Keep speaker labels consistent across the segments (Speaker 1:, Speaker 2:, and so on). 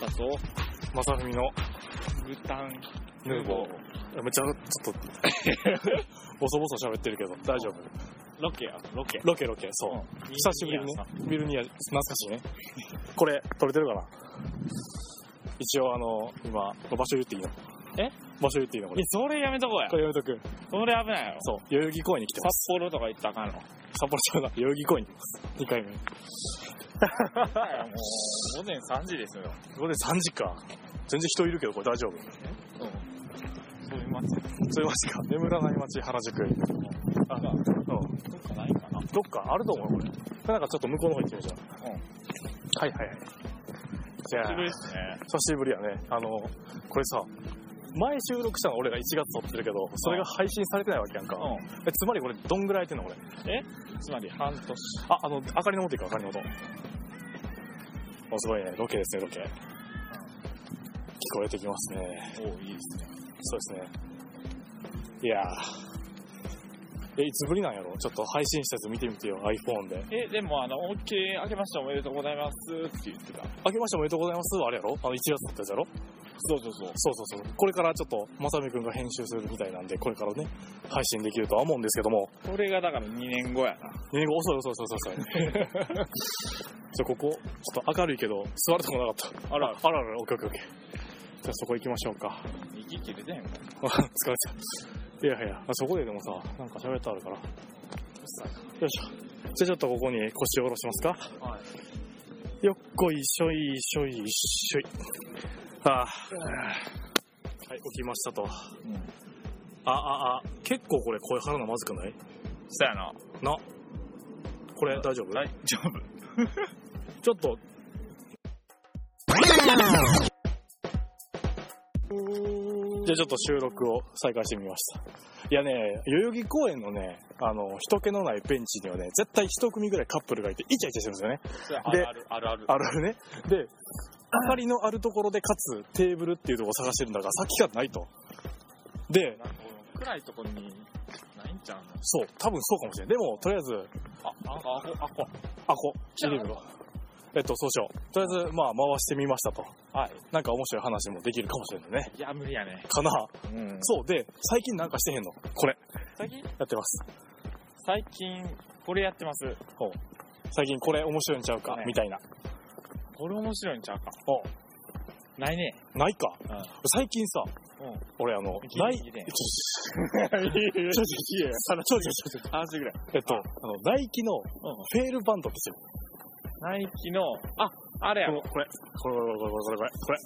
Speaker 1: タと
Speaker 2: まさふみの
Speaker 1: グタン
Speaker 2: ヌーボー。めちゃ、ちょっと、 ボソボソ喋ってるけど、大丈夫。
Speaker 1: ロケやロケ
Speaker 2: ロケロケ、そう。久しぶりにね
Speaker 1: いいや。
Speaker 2: ビルニア、懐かしいね。これ、撮れてるかな一応、あの、今、場所言っていいの
Speaker 1: え
Speaker 2: 場所言っていいのこ
Speaker 1: え
Speaker 2: れ。
Speaker 1: それやめとこうや
Speaker 2: これやめとく。
Speaker 1: それ危ないよ
Speaker 2: そう。代々木公園に来てます。
Speaker 1: 札幌とか行ったらあかんの
Speaker 2: 札幌町の代々 木公園に来てます。2回目。
Speaker 1: もう午前3時ですよ
Speaker 2: これで3時か。全然人いるけど、これ大丈夫。
Speaker 1: うんそういう街
Speaker 2: そういう街か。眠らない街、原宿。
Speaker 1: あが
Speaker 2: うん。
Speaker 1: どっかないかな
Speaker 2: どっかあると思うよ、これ。なんかちょっと向こうの方行ってみようじゃん。
Speaker 1: うん
Speaker 2: はいはいはい。じゃ
Speaker 1: 久し
Speaker 2: あ
Speaker 1: ぶりですね
Speaker 2: 久しぶりやね。あの、これさ、前収録したの俺が1月撮ってるけど、それが配信されてないわけやんか。
Speaker 1: う
Speaker 2: えつまりこれ、どんぐらい空いてんのこれ。
Speaker 1: んつまり半年
Speaker 2: あ、あの、明かりの音いいか、明かりの音。お、すごいね。ロケですね、ロケ。聞こえてきますね。
Speaker 1: おいいですね
Speaker 2: そうですね。いやー。え、いつぶりなんやろちょっと配信したやつ見てみてよ、iPhone で。
Speaker 1: えでもあの OK あけましておめでとうございますって言ってた
Speaker 2: 明けましておめでとうございますはあれやろあの、1月だったやつやろ
Speaker 1: そうそうそう
Speaker 2: そうそうそう。これからちょっと、まさみくんが編集するみたいなんで、これからね、配信できるとは思うんですけども、
Speaker 1: これがだから2年後やな
Speaker 2: ね、遅い遅い遅い遅い遅い。じゃここ、ちょっと明るいけど、座るとこなかった。
Speaker 1: あら
Speaker 2: あらあら、オッケーオッケーオッケー。じゃあそこ行きましょうか。
Speaker 1: 息切れてへんか
Speaker 2: あ疲れた。いやいや、あそこででもさ、なんか喋ったあるから。よいしょ。じゃあちょっとここに腰を下ろしますか。
Speaker 1: はい
Speaker 2: よっこいしょいしょいしょい。ああ。はい、起きましたと。
Speaker 1: うん
Speaker 2: あ、あ、あ、結構これ声張るのまずくない
Speaker 1: そうやな
Speaker 2: な。これ大丈夫
Speaker 1: 大丈夫
Speaker 2: ちょっと。じゃあちょっと収録を再開してみました。いやね、代々木公園のね、あの、人気のないベンチにはね、絶対一組ぐらいカップルがいて、イチャイチャしてるんですよね。
Speaker 1: そうや
Speaker 2: で
Speaker 1: あるあるあるある
Speaker 2: あるあるね。で、明かりのあるところで、かつテーブルっていうところを探してるんだが、先がないと。で、
Speaker 1: なんかこの暗いとこにないんちゃうの
Speaker 2: そう、多分そうかもしれん。でも、とりあえず、
Speaker 1: あ、あ、あ、あ、あ、こ
Speaker 2: あ、こ、
Speaker 1: じゃあ
Speaker 2: 入れるわえっと、そうしよう。とりあえず、まあ、回してみましたと。
Speaker 1: はい。
Speaker 2: なんか面白い話もできるかもしれないね。
Speaker 1: いや、無理やね。
Speaker 2: かな
Speaker 1: うん。
Speaker 2: そう。で、最近なんかしてへんのこれ。
Speaker 1: 最近、
Speaker 2: やってます。
Speaker 1: 最近、これやってます。
Speaker 2: 最近これ面白いんちゃうか、
Speaker 1: ね
Speaker 2: みたいな。
Speaker 1: これ面白いんちゃうか。
Speaker 2: お
Speaker 1: ないね。
Speaker 2: ないか。
Speaker 1: うん
Speaker 2: 最近さ、
Speaker 1: うん
Speaker 2: 俺あの、
Speaker 1: 息
Speaker 2: ない、
Speaker 1: 息で
Speaker 2: ちょちょちょちょちょちょ
Speaker 1: 話ぐらい。
Speaker 2: えっと、あの、ナイキのフェールバンドって知ってる
Speaker 1: ナイキの、あ、あれや。
Speaker 2: このこれ、これ、これ、これ、これ、これ、これ。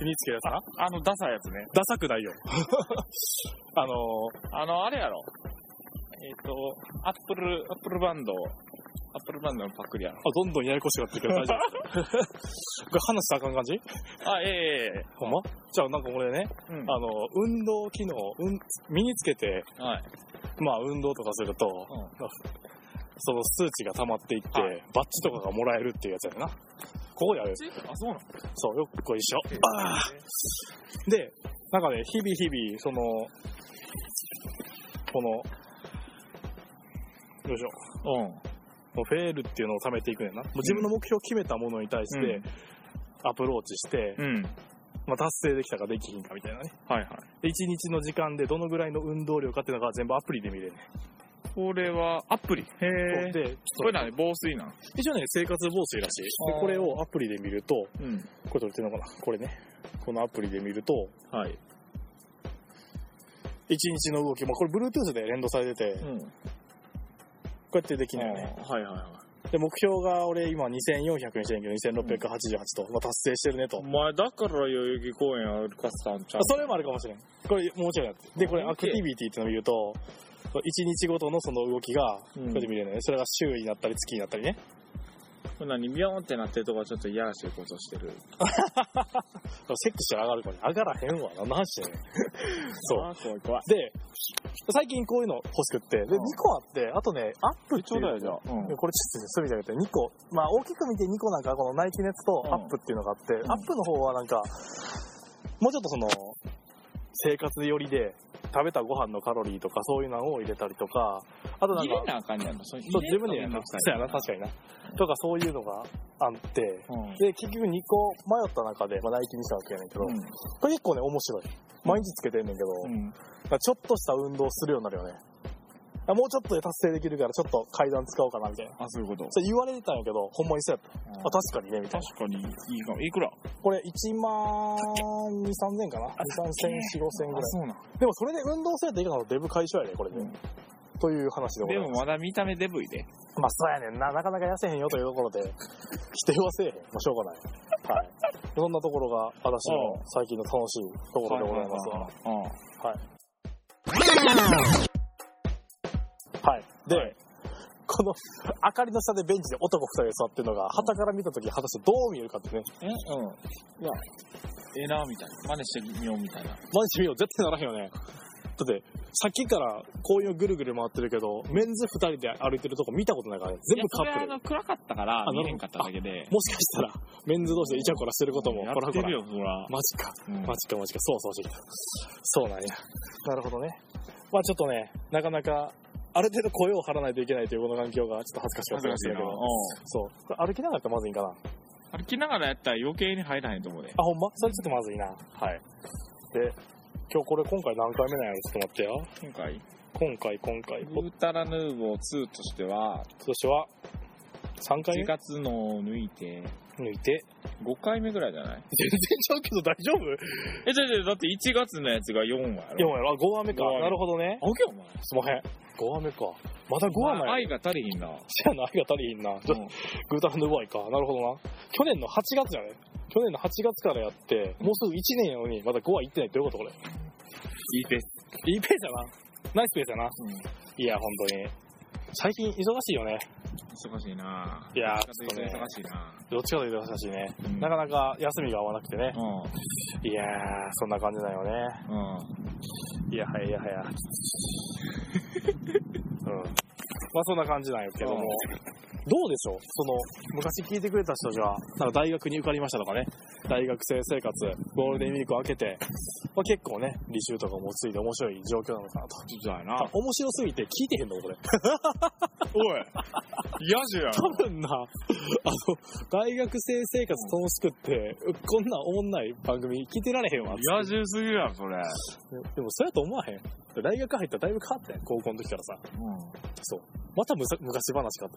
Speaker 2: 手につけるやつな
Speaker 1: あの、ダサいやつね。
Speaker 2: ダサくないよ。 あのー、
Speaker 1: あの、あれやろ。えっ、と、アップル、アップルバンド、アップルバンドのパクリやろ。
Speaker 2: あどんどんややこしくなってくるけど大丈夫 ですかこれ話したらあかん感じ
Speaker 1: あ、ええええ
Speaker 2: ほんまじゃあなんか俺ね、
Speaker 1: うん。
Speaker 2: あの、運動機能、うん、身につけて、
Speaker 1: はい。
Speaker 2: まあ運動とかすると、
Speaker 1: うん
Speaker 2: その数値が溜まっていって、
Speaker 1: は
Speaker 2: バッジとかがもらえるっていうやつやねんな。ここである。
Speaker 1: あ、そうなの
Speaker 2: そう、よっこいしょ。あーで、なんかね、日々日々、その、この、よいしょ、
Speaker 1: うん。
Speaker 2: このフェールっていうのを貯めていくねんな。もう自分の目標を決めたものに対して、アプローチして、
Speaker 1: うん。
Speaker 2: まあ、達成できたかできひんかみたいなね。
Speaker 1: はいはい。
Speaker 2: で、1日の時間でどのぐらいの運動量かっていうのが全部アプリで見れるねん。
Speaker 1: これは、アプリ。へえ。
Speaker 2: そうで、
Speaker 1: これ何防水なの
Speaker 2: 一応ね、生活防水らしい。
Speaker 1: あ
Speaker 2: で、
Speaker 1: ー
Speaker 2: これをアプリで見ると、
Speaker 1: うん。
Speaker 2: これ撮れてるのかなこれね。このアプリで見ると、
Speaker 1: はい。
Speaker 2: 1日の動き、まあ、これ Bluetooth で連動されてて、こ
Speaker 1: ん。
Speaker 2: うやってできないよね。
Speaker 1: はいはいはい。
Speaker 2: で、目標が俺今2400にしてんけど、2688と、まあ、達成してるねと。
Speaker 1: お前だから代々木公園歩かせたんちゃう
Speaker 2: それもあるかもしれん。これ、もうちろんやって。で、これアクティビティってのを見ると、1日ごとのその動きが、こ
Speaker 1: うん
Speaker 2: うやって見れるのね。それが週になったり月になったりね。
Speaker 1: これ何ビヨーンってなってるとこはちょっといやらしいことしてる
Speaker 2: セックスしたら上がるから、上がらへんわ。何の話してん ねんそう。
Speaker 1: あー怖い怖い
Speaker 2: で、最近こういうの欲しくって。で、
Speaker 1: うん
Speaker 2: 2個あって、あとね、アップっていう
Speaker 1: じゃあ、うん、
Speaker 2: これちょっとそれじゃなくて2個まあ大きく見て2個なんかこのナイキのやつと
Speaker 1: うん
Speaker 2: アップっていうのがあって、
Speaker 1: ん
Speaker 2: アップの方はなんかもうちょっとその生活寄りで食べたご飯のカロリーとかそういうのを入れたりとか、あとなん
Speaker 1: 入れ
Speaker 2: か、
Speaker 1: なあかんねやろ。そう
Speaker 2: そう自分でやる
Speaker 1: な
Speaker 2: な。そうやな、確かにな。とかそういうのがあって、
Speaker 1: うん。
Speaker 2: で、結局2個迷った中で、まあ、大気にしたわけやねんけど、これ結構ね、面白い。毎日つけてんねんけど、
Speaker 1: うん。うん。
Speaker 2: まあちょっとした運動するようになるよね。あもうちょっとで達成できるから、ちょっと階段使おうかな、みたいな。
Speaker 1: あ、そういうこと。
Speaker 2: それ言われてたんやけど、ほんまにそうやった。
Speaker 1: うん
Speaker 2: あ、確かにね、みたいな。
Speaker 1: 確かにいいかも。いくら
Speaker 2: これ1万2、3千かな ?2、3千、4、5千ぐら
Speaker 1: あ、。
Speaker 2: い
Speaker 1: そうなん。
Speaker 2: でもそれで運動するといいかのデブ解消やね、これで。
Speaker 1: うん
Speaker 2: という話でござ
Speaker 1: で
Speaker 2: い
Speaker 1: も
Speaker 2: ます。
Speaker 1: まだ見た目デブいで。
Speaker 2: まあそうやねんな。なかなか痩せへんよというところで、否定はせえへん。もうしょうがない。はい。そんなところが私の最近の楽しいところでございますわ。
Speaker 1: うん。
Speaker 2: はい。で、
Speaker 1: はい
Speaker 2: この明かりの下でベンチで男二人が座ってるのが、旗から見たとき、果たしてどう見えるかってね、
Speaker 1: えうん。いや、ええな、みたいな。真似してみよう、みたいな。
Speaker 2: マジで見よう絶対ならへんよね。だって、さっきからこういうぐるぐる回ってるけど、メンズ二人で歩いてるとこ見たことないからね。全部カ
Speaker 1: いや
Speaker 2: ッ
Speaker 1: そ
Speaker 2: プ
Speaker 1: れはあ
Speaker 2: ル。
Speaker 1: の暗かったから
Speaker 2: あ
Speaker 1: 見えへんかっただけで。
Speaker 2: もしかしたら、メンズ同士でイチャコラしてることも、
Speaker 1: や
Speaker 2: ほら
Speaker 1: っ
Speaker 2: ほ
Speaker 1: て
Speaker 2: ら
Speaker 1: る。よ、そら。
Speaker 2: マジか。
Speaker 1: うん
Speaker 2: マジかマジか。そうそうしてきた。そうなんや。なるほどね。まあちょっとね、なかなか、ある程度声を張らないといけないというこの環境が、ちょっと恥ずかしかっ
Speaker 1: 恥
Speaker 2: た
Speaker 1: ずかしい
Speaker 2: りはする
Speaker 1: な。
Speaker 2: け
Speaker 1: うん
Speaker 2: ど。そう。これ歩きながらやったらまずいんかな。
Speaker 1: 歩きながらやったら余計に入らへんと思うで。
Speaker 2: あ、ほんまそれちょっとまずいな。はい。で、今日これ今回何回目なんやろちょっと待って
Speaker 1: 今回、
Speaker 2: よ。今回、
Speaker 1: ウ
Speaker 2: 今回、
Speaker 1: ルタラヌーボー2としては、
Speaker 2: 今年は3回
Speaker 1: 1月のを抜いて、
Speaker 2: 目抜いて。
Speaker 1: 5回目ぐらいじゃない
Speaker 2: 全然ちゃうけど大丈夫
Speaker 1: え、じゃあじゃあだって1月のやつが4話や
Speaker 2: ?4
Speaker 1: ろ。
Speaker 2: 話やろ ?5 話目か。
Speaker 1: 五話目
Speaker 2: なるほどね。
Speaker 1: あ、オッケーお前。
Speaker 2: すんまへん。5話目か。まだ5話
Speaker 1: まあ
Speaker 2: ない。
Speaker 1: 愛が足りひんな。
Speaker 2: じゃあな、愛が足りひんな。ち
Speaker 1: う
Speaker 2: ょっと
Speaker 1: ん
Speaker 2: グータフの奪いか。なるほどな。去年の8月じゃね去年の8月からやって、もうすぐ1年やのに、まだ5話いってないってどういうことこれ。
Speaker 1: いいです。
Speaker 2: いいペースやな。ナイスペースやな。いや、本当に。最近忙しいよね。
Speaker 1: 忙しいないい
Speaker 2: やー
Speaker 1: 忙しい忙しいな
Speaker 2: どっちかというと忙しいね。
Speaker 1: うん
Speaker 2: なかなか休みが合わなくてね。
Speaker 1: うん。
Speaker 2: いやー、そんな感じだよね。
Speaker 1: うん。
Speaker 2: いやはやいやはや。うん。まあそんな感じなんやけども、
Speaker 1: うん
Speaker 2: どうでしょうその、昔聞いてくれた人じゃ、なんか大学に受かりましたとかね、大学生生活、ゴールデンウィークを明けて、まあ、結構ね、履修とかもついて面白い状況なのかなと。
Speaker 1: 実はや
Speaker 2: あ
Speaker 1: な。
Speaker 2: 面白すぎて聞いてへんのこれ。
Speaker 1: おい嫌じゃん
Speaker 2: 多分 な、あの、大学生生活楽しくって、こんなおもんない番組聞いてられへん
Speaker 1: 野
Speaker 2: わ。
Speaker 1: 獣すぎるやん、それ。
Speaker 2: でもそうやと思わへん。大学入ったらだいぶ変わったやん、高校の時からさ。
Speaker 1: うん。
Speaker 2: そう。またむさ昔話かと。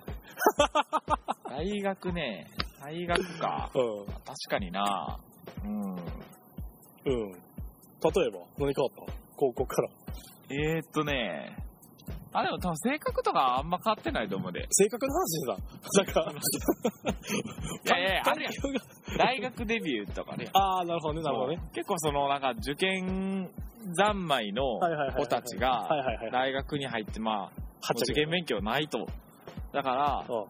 Speaker 1: 大学ね、大学か。
Speaker 2: うん。
Speaker 1: 確かになうん。
Speaker 2: うん。例えば、何かあった高校から。
Speaker 1: えー、っとね、あ、でも多分性格とかあんま変わってないと思うで。
Speaker 2: 性格の話 でさ、なんか、
Speaker 1: いやいやいや、あるや
Speaker 2: 環境が
Speaker 1: ん。大学デビューとかね。
Speaker 2: あー、なるほどね、なるほどね。
Speaker 1: 結構その、なんか受験三昧の
Speaker 2: はいはいはいはい
Speaker 1: 子たち
Speaker 2: は
Speaker 1: が、
Speaker 2: いはいはい。
Speaker 1: 大学に入って、まあ、
Speaker 2: は
Speaker 1: 受験勉強ないと。だから、
Speaker 2: うん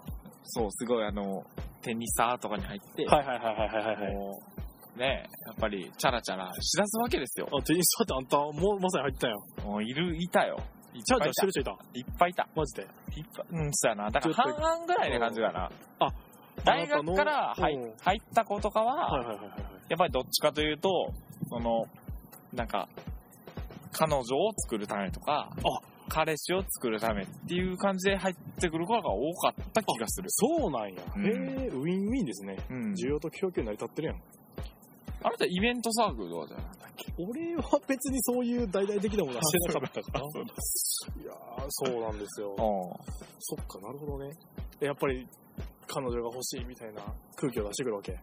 Speaker 1: そう、すごいあの、テニサーとかに入って、
Speaker 2: はいはいはいはいはいはい。
Speaker 1: もう、ね、やっぱり、チャラチャラしだすわけですよ。
Speaker 2: あ、テニスだってあんた、もうまさに入ってたよ。
Speaker 1: もういる、いたよ。いっ
Speaker 2: チャー
Speaker 1: ぱい
Speaker 2: チャ
Speaker 1: い
Speaker 2: して
Speaker 1: た。
Speaker 2: る人いた。
Speaker 1: いっぱいいた。
Speaker 2: マジで。
Speaker 1: いっぱい、うん、そうやな。だから
Speaker 2: ちょっ
Speaker 1: 半
Speaker 2: と
Speaker 1: 々ぐらいな感じだな。
Speaker 2: あ、
Speaker 1: 大学から入
Speaker 2: うん
Speaker 1: 入った子とか
Speaker 2: はい
Speaker 1: は、
Speaker 2: はいはいはい。
Speaker 1: やっぱりどっちかというと、その、なんか、彼女を作るためとか、彼氏を作るためっていう感じで入ってくる子が多かった気がする。
Speaker 2: そうなんや。
Speaker 1: うん
Speaker 2: へえ、ウィンウィンですね。
Speaker 1: うん。
Speaker 2: 需要と供給成り立ってるやん。
Speaker 1: あなたイベントサークルとかじゃない
Speaker 2: 俺は別にそういう大々的なものはしてなかったから。
Speaker 1: あそう
Speaker 2: いやー、そうなんですよ。そっか、なるほどね。でやっぱり、彼女が欲しいみたいな空気を出してくるわけ。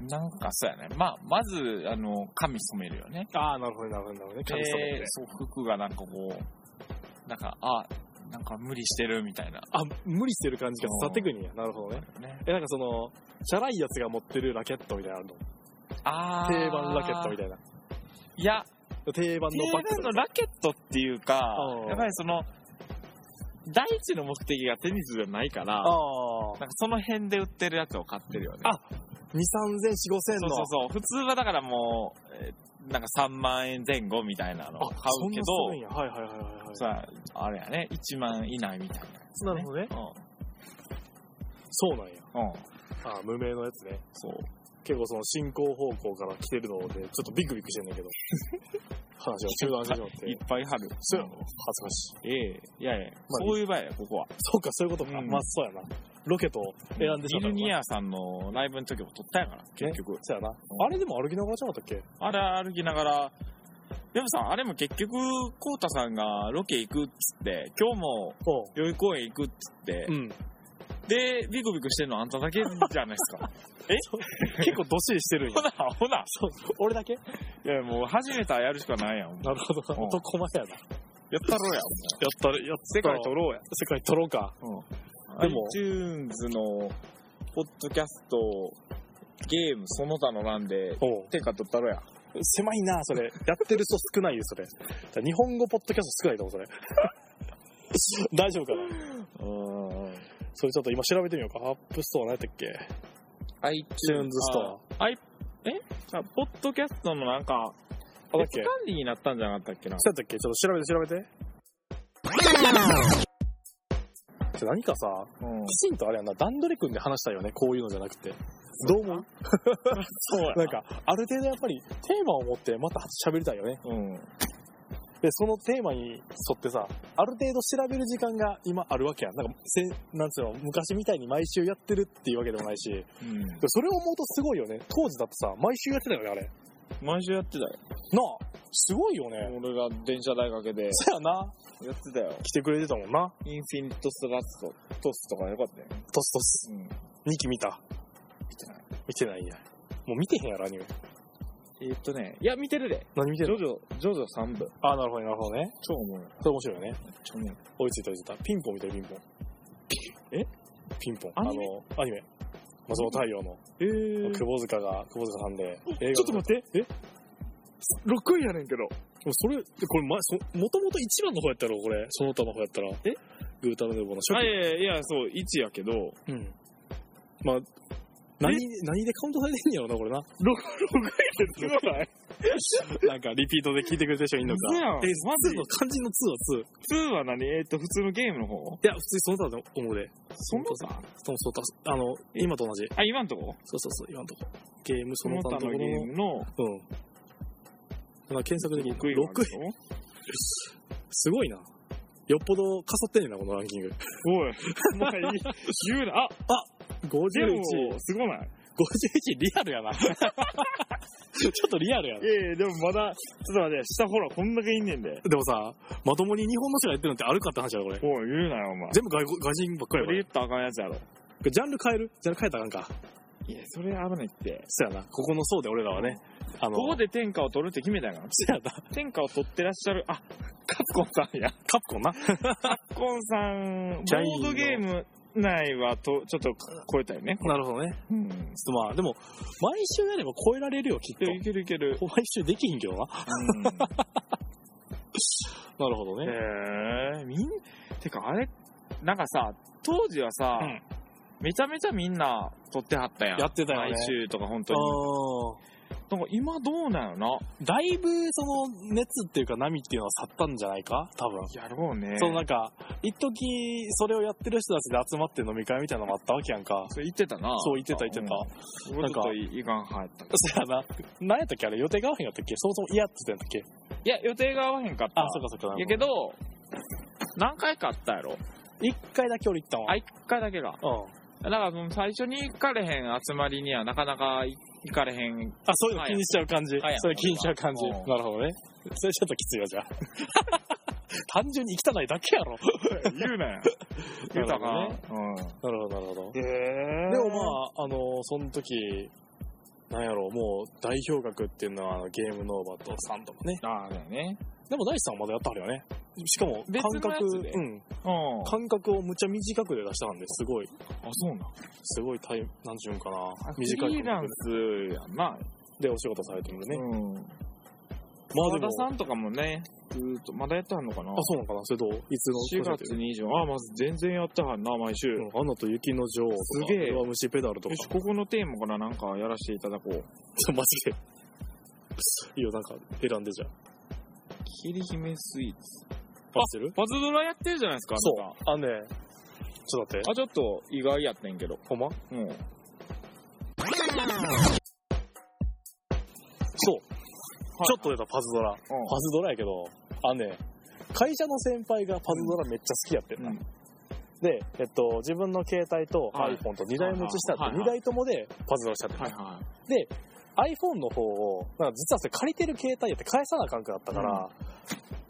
Speaker 1: うん。なんかそうやね。まあ、まず、あの、髪染めるよね。
Speaker 2: ああ、なるほど、なるほど、なるほどね。
Speaker 1: で
Speaker 2: 神様って、。
Speaker 1: そう、服がなんかこう、なんか、あ、なんか無理してるみたいな。
Speaker 2: あ、無理してる感じが伝わってくるんや。なるほどね。
Speaker 1: ね、
Speaker 2: え、なんかその、チャラいやつが持ってるラケットみたいなの
Speaker 1: あ
Speaker 2: あ
Speaker 1: あ。
Speaker 2: るの。定番ラケットみ
Speaker 1: い
Speaker 2: たいな。
Speaker 1: な。いや、
Speaker 2: 定番のバ
Speaker 1: 定
Speaker 2: ッ
Speaker 1: 番
Speaker 2: グ
Speaker 1: のラケットっていうか
Speaker 2: うん、
Speaker 1: やっぱりその、第一の目的がテニスじゃないから、なんか
Speaker 2: ああ。
Speaker 1: その辺で売ってるやつを買ってるよね。
Speaker 2: あ2、3千、4、5千
Speaker 1: そう
Speaker 2: の。
Speaker 1: そうそう。普通はだからもう、えーなんか3万円前後みたいなのを買
Speaker 2: あ、そ
Speaker 1: うんけ
Speaker 2: な
Speaker 1: ど、
Speaker 2: するんや。はいはいはいはいはい。
Speaker 1: さあ、あれやね、1万以内みたいな、
Speaker 2: なるほどね。
Speaker 1: ど。
Speaker 2: そうなんや。
Speaker 1: うん。うん。
Speaker 2: あー無名のやつね。
Speaker 1: そう。
Speaker 2: 結構その進行方向から来てるので、ちょっとビクビクしてんだ けど。話が中断してしまって。
Speaker 1: いっぱい貼る。
Speaker 2: そうやろ恥ずかしい。
Speaker 1: ええいやいや、
Speaker 2: まあ
Speaker 1: そういう場合や、ここは。
Speaker 2: そうか、そういうことか。
Speaker 1: うん
Speaker 2: まあ、そうやな。ロケと選んでし
Speaker 1: イ
Speaker 2: まったのかな
Speaker 1: ルニアさんのライブの時も撮ったやから、結局。
Speaker 2: そうやな。あれでも歩きながらじゃなかったっけ
Speaker 1: あれ歩きながら、でもさ、あれも結局、コウタさんがロケ行くっつって、今日も
Speaker 2: おう。
Speaker 1: 代々木公園行くっつって、
Speaker 2: うん。
Speaker 1: で、ビクビクしてんのあんただけじゃないですか。
Speaker 2: 結構どっしりしてるん
Speaker 1: ほ
Speaker 2: や。
Speaker 1: な、ほな。
Speaker 2: そう、俺だけ
Speaker 1: いや、もう始めたらやるしかないやん。やっ
Speaker 2: なるほどな。
Speaker 1: うん
Speaker 2: 男前やな。や
Speaker 1: たろうやん。
Speaker 2: ったら、やっ
Speaker 1: 世界取ろうや。
Speaker 2: 世界取ろうか。でも
Speaker 1: iTunes の、ポッドキャスト、ゲーム、その他の欄で、
Speaker 2: おう
Speaker 1: 天下取ったろや。
Speaker 2: 狭いな、それ。やってる人少ないよ、それ。じゃあ日本語ポッドキャスト少ないと思う、それ。 大丈夫かな
Speaker 1: うん。
Speaker 2: それちょっと今調べてみようか。アップストア何やったっけ
Speaker 1: iTunes
Speaker 2: ?iTunes スト
Speaker 1: アイ、えあポッドキャストのなんか、
Speaker 2: ア。あ、だっ
Speaker 1: 別
Speaker 2: けそうや
Speaker 1: 管理になったんじゃなかったっけな。
Speaker 2: ったっけちょっと調べて、調べて。じゃあ何かさ、
Speaker 1: うん
Speaker 2: きちんとあれやんな、段取り組んで話したいよね、こういうのじゃなくて。どう思う
Speaker 1: そうや
Speaker 2: なんか、ある程度やっぱりテーマを持ってまた喋りたいよね。
Speaker 1: うん。
Speaker 2: で、そのテーマに沿ってさ、ある程度調べる時間が今あるわけやん。なんか、せなんつうの、昔みたいに毎週やってるっていうわけでもないし、で
Speaker 1: うん。
Speaker 2: それを思うとすごいよね。当時だってさ、毎週やってたよね、あれ。な
Speaker 1: 毎週やってたよ。
Speaker 2: あ、すごいよね。
Speaker 1: 俺が電車代かけて、
Speaker 2: そやな、
Speaker 1: やってたよ。
Speaker 2: 来てくれてたもんな。
Speaker 1: インフィニットスラスト、トスとかよかったよね。
Speaker 2: トストス。
Speaker 1: うん。
Speaker 2: 2期見た。
Speaker 1: 見てない。
Speaker 2: 見てないんや。もう見てへんやろ、アニメ。
Speaker 1: えーっとね、いや、見てるで。
Speaker 2: 何見て
Speaker 1: ジ
Speaker 2: ん
Speaker 1: ョ
Speaker 2: の
Speaker 1: ジョ、ジョジョ3部。
Speaker 2: あ、なるほどね、なるほどね。
Speaker 1: 超おもろい。
Speaker 2: それ面白いよね。
Speaker 1: 超おもろい。
Speaker 2: 追いついた追いついた。ピンポンみたいピンポン。
Speaker 1: え
Speaker 2: ピンポン。あ
Speaker 1: ア
Speaker 2: の
Speaker 1: ニメ、
Speaker 2: アニメ。松尾太陽の、
Speaker 1: えー
Speaker 2: 久保塚が、久保塚さんで、映画
Speaker 1: ちょっと待って。え ?6 位やねんけど。
Speaker 2: でもそれ、これ、ま、そ、もともと一番の方やったろ、これ。その他の方やったら。
Speaker 1: え
Speaker 2: グータルヌーボーの初
Speaker 1: あ、い
Speaker 2: 期。
Speaker 1: やいやいや、そう、1やけど、6
Speaker 2: うん。まあ、何、何でカウントされてんやろな、これな。
Speaker 1: 位やけど、すごない
Speaker 2: なんか、リピートで聞いてくれてる人いんのか。
Speaker 1: 嘘やん
Speaker 2: え、
Speaker 1: マジ
Speaker 2: 2の、肝心の
Speaker 1: ?2
Speaker 2: 2は
Speaker 1: は何えーっと、普通のゲームの方
Speaker 2: 2? いや、普通にその他だと思うで。
Speaker 1: その他
Speaker 2: そうそうた、あの、今と同じ。
Speaker 1: あ、今んとこ
Speaker 2: そうそうそう、今のとこ。ゲーム
Speaker 1: そ
Speaker 2: その
Speaker 1: の
Speaker 2: 他の
Speaker 1: 他
Speaker 2: とこ
Speaker 1: の
Speaker 2: ろ
Speaker 1: ゲー
Speaker 2: の。
Speaker 1: ムの
Speaker 2: うん。なんか検索でき
Speaker 1: 6位
Speaker 2: 6位。
Speaker 1: があるの
Speaker 2: す ごいな。よっぽどかさってんねんな、このランキング。
Speaker 1: おい、お前、言うな。あ、で
Speaker 2: 51
Speaker 1: も、すごない。
Speaker 2: 51リア ルやな。ちょっとリアルやな。
Speaker 1: ええでもまだ、ちょっと待って、下ほら、こんだけいんねんで。
Speaker 2: でもさ、まともに日本の人がやってるのってあるかって話だよ、これ。
Speaker 1: おい、言うなよ、お前。
Speaker 2: 全部外国外人ばっか
Speaker 1: こ
Speaker 2: り
Speaker 1: れ
Speaker 2: や
Speaker 1: 言ったらあかんやつやろ。
Speaker 2: これジャンル変えるジャンル変えたらあかんか。
Speaker 1: いや、それ危ないって。
Speaker 2: そやな。ここの層で俺らはね。あの、
Speaker 1: ここで天下を取るって決めたやん。
Speaker 2: そやな。
Speaker 1: 天下を取ってらっしゃる、あ、カプコンさんや。
Speaker 2: カプコンな。
Speaker 1: カプコンさん、
Speaker 2: ジャイ
Speaker 1: ボ
Speaker 2: ン
Speaker 1: ー
Speaker 2: の
Speaker 1: ドゲーム内はと、ちょっと超えたよね。
Speaker 2: なるほどね。
Speaker 1: うん。
Speaker 2: ちょっとまあ、でも、毎週やれば超えられるよ、きっ
Speaker 1: でい
Speaker 2: と。
Speaker 1: けるいける。
Speaker 2: 毎週できひんけどな。なるほど
Speaker 1: うん。
Speaker 2: ね。
Speaker 1: へえみん、てかあれ、なんかさ、当時はさ、
Speaker 2: うん
Speaker 1: めちゃめちゃみんな取ってはったやん。
Speaker 2: やってたよね
Speaker 1: 毎週とか本当
Speaker 2: あ
Speaker 1: に。
Speaker 2: ー
Speaker 1: なんか今どうなのな。
Speaker 2: だいぶその熱っていうか波っていうのは去ったんじゃないか多分。
Speaker 1: やろうね。
Speaker 2: そのなんか、一時それをやってる人たちで集まって飲み会みたいなのもあったわけやんか。
Speaker 1: それ言ってたな。
Speaker 2: そう言ってた言って
Speaker 1: う
Speaker 2: た。
Speaker 1: ん。俺ちょっといいがんはやったけど。
Speaker 2: そやな。何やったっけあれ予定が合わへんやったっけそもそも嫌って言ってたんやったっ
Speaker 1: いや、予定が合わへんかった。
Speaker 2: けあ、そっかそっか。なるほ
Speaker 1: やけど、何回かあったやろ。
Speaker 2: 一回だけ俺行ったわ。
Speaker 1: あ、一回だけが。
Speaker 2: うん。
Speaker 1: だからもう最初に行かれへん集まりにはなかなか行かれ へん。
Speaker 2: あ、そういうの気にしちゃう感じ。
Speaker 1: はい
Speaker 2: それ気にしちゃう感じ。
Speaker 1: うん
Speaker 2: なるほどね。それちょっときついわ、 じゃあ。単純に汚いだけやろ。
Speaker 1: 言うなよ。言うたか。うん。
Speaker 2: なるほど、なるほど。で
Speaker 1: え
Speaker 2: もまあ、あの、その時、なんやろもう代表格っていうのはあのゲームノーバットさんとかね。
Speaker 1: まあ、ああ、だよね。
Speaker 2: でも大地さんはまだやったはるよね。しかも、
Speaker 1: 別
Speaker 2: 感
Speaker 1: のや
Speaker 2: 覚、
Speaker 1: つで
Speaker 2: うん。
Speaker 1: うん。
Speaker 2: 感覚をむちゃ短くで出したんで、すごい、
Speaker 1: あ、そうなん。
Speaker 2: すごいタイム、なんちゅうんかな。短
Speaker 1: 短
Speaker 2: い
Speaker 1: い。フリ
Speaker 2: 感
Speaker 1: ーラン
Speaker 2: 覚
Speaker 1: スやんな。
Speaker 2: でお仕事されてるんでね。
Speaker 1: うん。
Speaker 2: まあ
Speaker 1: 和
Speaker 2: で
Speaker 1: 田、
Speaker 2: も
Speaker 1: さんとかもね、ずーっと、まだやってはんのかな
Speaker 2: あ、そうなのかなそれと、いつの
Speaker 1: 4月に以上。あ、まず全然やってはんな、毎週。
Speaker 2: うんアナと雪の女王とか、
Speaker 1: すげえ
Speaker 2: 弱虫ペダルとか
Speaker 1: よ、し、ここのテーマからなんかやらせていただこう。
Speaker 2: ちょマジで。いいよ、なんか選んでじゃん。
Speaker 1: 霧姫スイーツ。
Speaker 2: 合ってる
Speaker 1: パズドラやってるじゃないですか、
Speaker 2: そう
Speaker 1: あな。
Speaker 2: あのね、ちょっと待って
Speaker 1: た。あ、ちょっと意外やってんけど。
Speaker 2: ほんま
Speaker 1: うん。
Speaker 2: そう。
Speaker 1: い
Speaker 2: ちょっと出たパズドラ。
Speaker 1: うん
Speaker 2: パズドラやけど、あのね、会社の先輩がパズドラめっちゃ好きやってんな。
Speaker 1: うん
Speaker 2: で、えっと、自分の携帯と
Speaker 1: はい
Speaker 2: iPhone と2台持ちした
Speaker 1: は
Speaker 2: っ
Speaker 1: い
Speaker 2: て、
Speaker 1: はい
Speaker 2: 2台ともでパズドラしちゃって
Speaker 1: はいは
Speaker 2: iPhone の方を、なんか実はそれ借りてる携帯やって返さなあかんくなったから、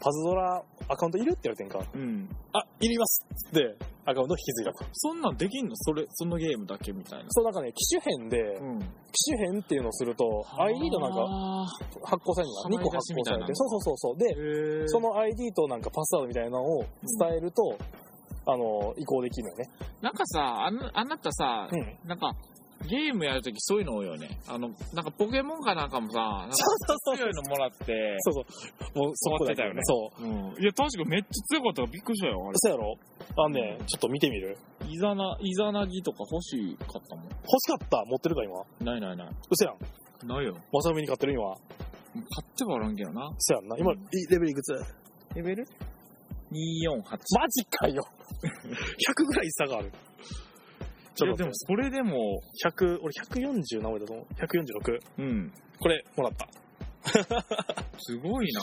Speaker 2: パズドラアカウントいるって言われてんか。
Speaker 1: い。うん。
Speaker 2: あ、いりますで、アカウント引き継いだと。
Speaker 1: そんなんできんのそれ、そのゲームだけみたいな。
Speaker 2: そう、なんかね、機種変で、
Speaker 1: ん。
Speaker 2: 機種変っていうのをすると、ID のなんか
Speaker 1: か、
Speaker 2: 発行されるのが2個
Speaker 1: はまり出し
Speaker 2: 発行
Speaker 1: みたい
Speaker 2: され
Speaker 1: な
Speaker 2: て、
Speaker 1: の
Speaker 2: そうそうそうそう。で、
Speaker 1: へ
Speaker 2: その ID となんかパスワードみたいなのを伝えると、あの、移行できるのよね。
Speaker 1: なんかさ、あなあなたさ、
Speaker 2: うん。
Speaker 1: なんか、ゲームやるときそういうの多いよね。あの、なんかポケモンかなんかもさ、なんか
Speaker 2: そうそうそう。
Speaker 1: 強いのもらって、
Speaker 2: そうそう。もうそこだけ
Speaker 1: 終わってたよね
Speaker 2: そう。
Speaker 1: うん。いや、確かめっちゃ強かったからびっくりしたよ、あ
Speaker 2: そうやろあのね、ちょっと見てみる
Speaker 1: れ。イザナ、イザナギとか欲しかったも。
Speaker 2: 欲しかった持ってるか今うん
Speaker 1: ないないない。
Speaker 2: そやん。
Speaker 1: ないよ。
Speaker 2: まさみに買ってる今。
Speaker 1: 買ってはおらんけどな。
Speaker 2: そやんな。今、
Speaker 1: う
Speaker 2: い
Speaker 1: ん
Speaker 2: レベルいくつ
Speaker 1: レベル ?248。
Speaker 2: マジかよ !100 ぐらい差がある。ち
Speaker 1: い
Speaker 2: ょ
Speaker 1: や、
Speaker 2: っと
Speaker 1: で
Speaker 2: 待
Speaker 1: も
Speaker 2: って。
Speaker 1: それでも、
Speaker 2: 100、俺140何枚だと思う ?146。
Speaker 1: うん。
Speaker 2: これ、もらった。
Speaker 1: すごいな。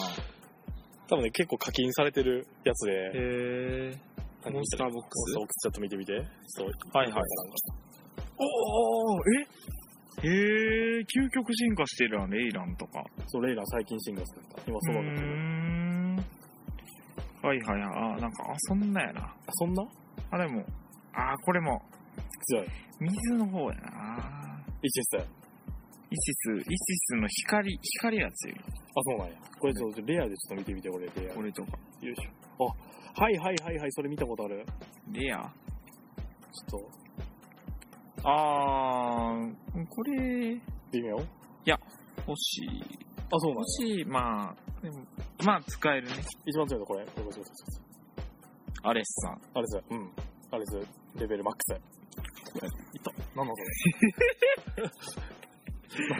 Speaker 2: 多分ね、結構課金されてるやつで。
Speaker 1: へえ。
Speaker 2: あの
Speaker 1: モンスターボックス
Speaker 2: そう、ちょっと見てみて。そう。
Speaker 1: はいはい
Speaker 2: なんか
Speaker 1: おおえへえ、究極進化してるやん、レイランとか。
Speaker 2: そう、レイラン最近進化された。今そばの。
Speaker 1: ん。はいはいはい。あ、なんか、あ、そんなやな。
Speaker 2: あそんな
Speaker 1: あ、でも、あ、これも、
Speaker 2: 強い。
Speaker 1: 水の方やな。
Speaker 2: 一スだよ。
Speaker 1: イシス、イシスの光、光やつよ。
Speaker 2: あ、そうなんや。これちょっとレアでちょっと見てみて、俺、レア。
Speaker 1: 俺とか。
Speaker 2: よいしょ。あ、はいはいはいはい、それ見たことある。
Speaker 1: レア
Speaker 2: ちょっと、
Speaker 1: あー、これ、
Speaker 2: 微妙あ、
Speaker 1: 欲しい。
Speaker 2: そう
Speaker 1: 欲
Speaker 2: なんや。
Speaker 1: しい、まあ、でも、まあ、使えるね。
Speaker 2: 一番強いのこれ。これこれこれこれ
Speaker 1: アレスさん。
Speaker 2: あれです。うん。あれです。レベルマックス。いった。なんだ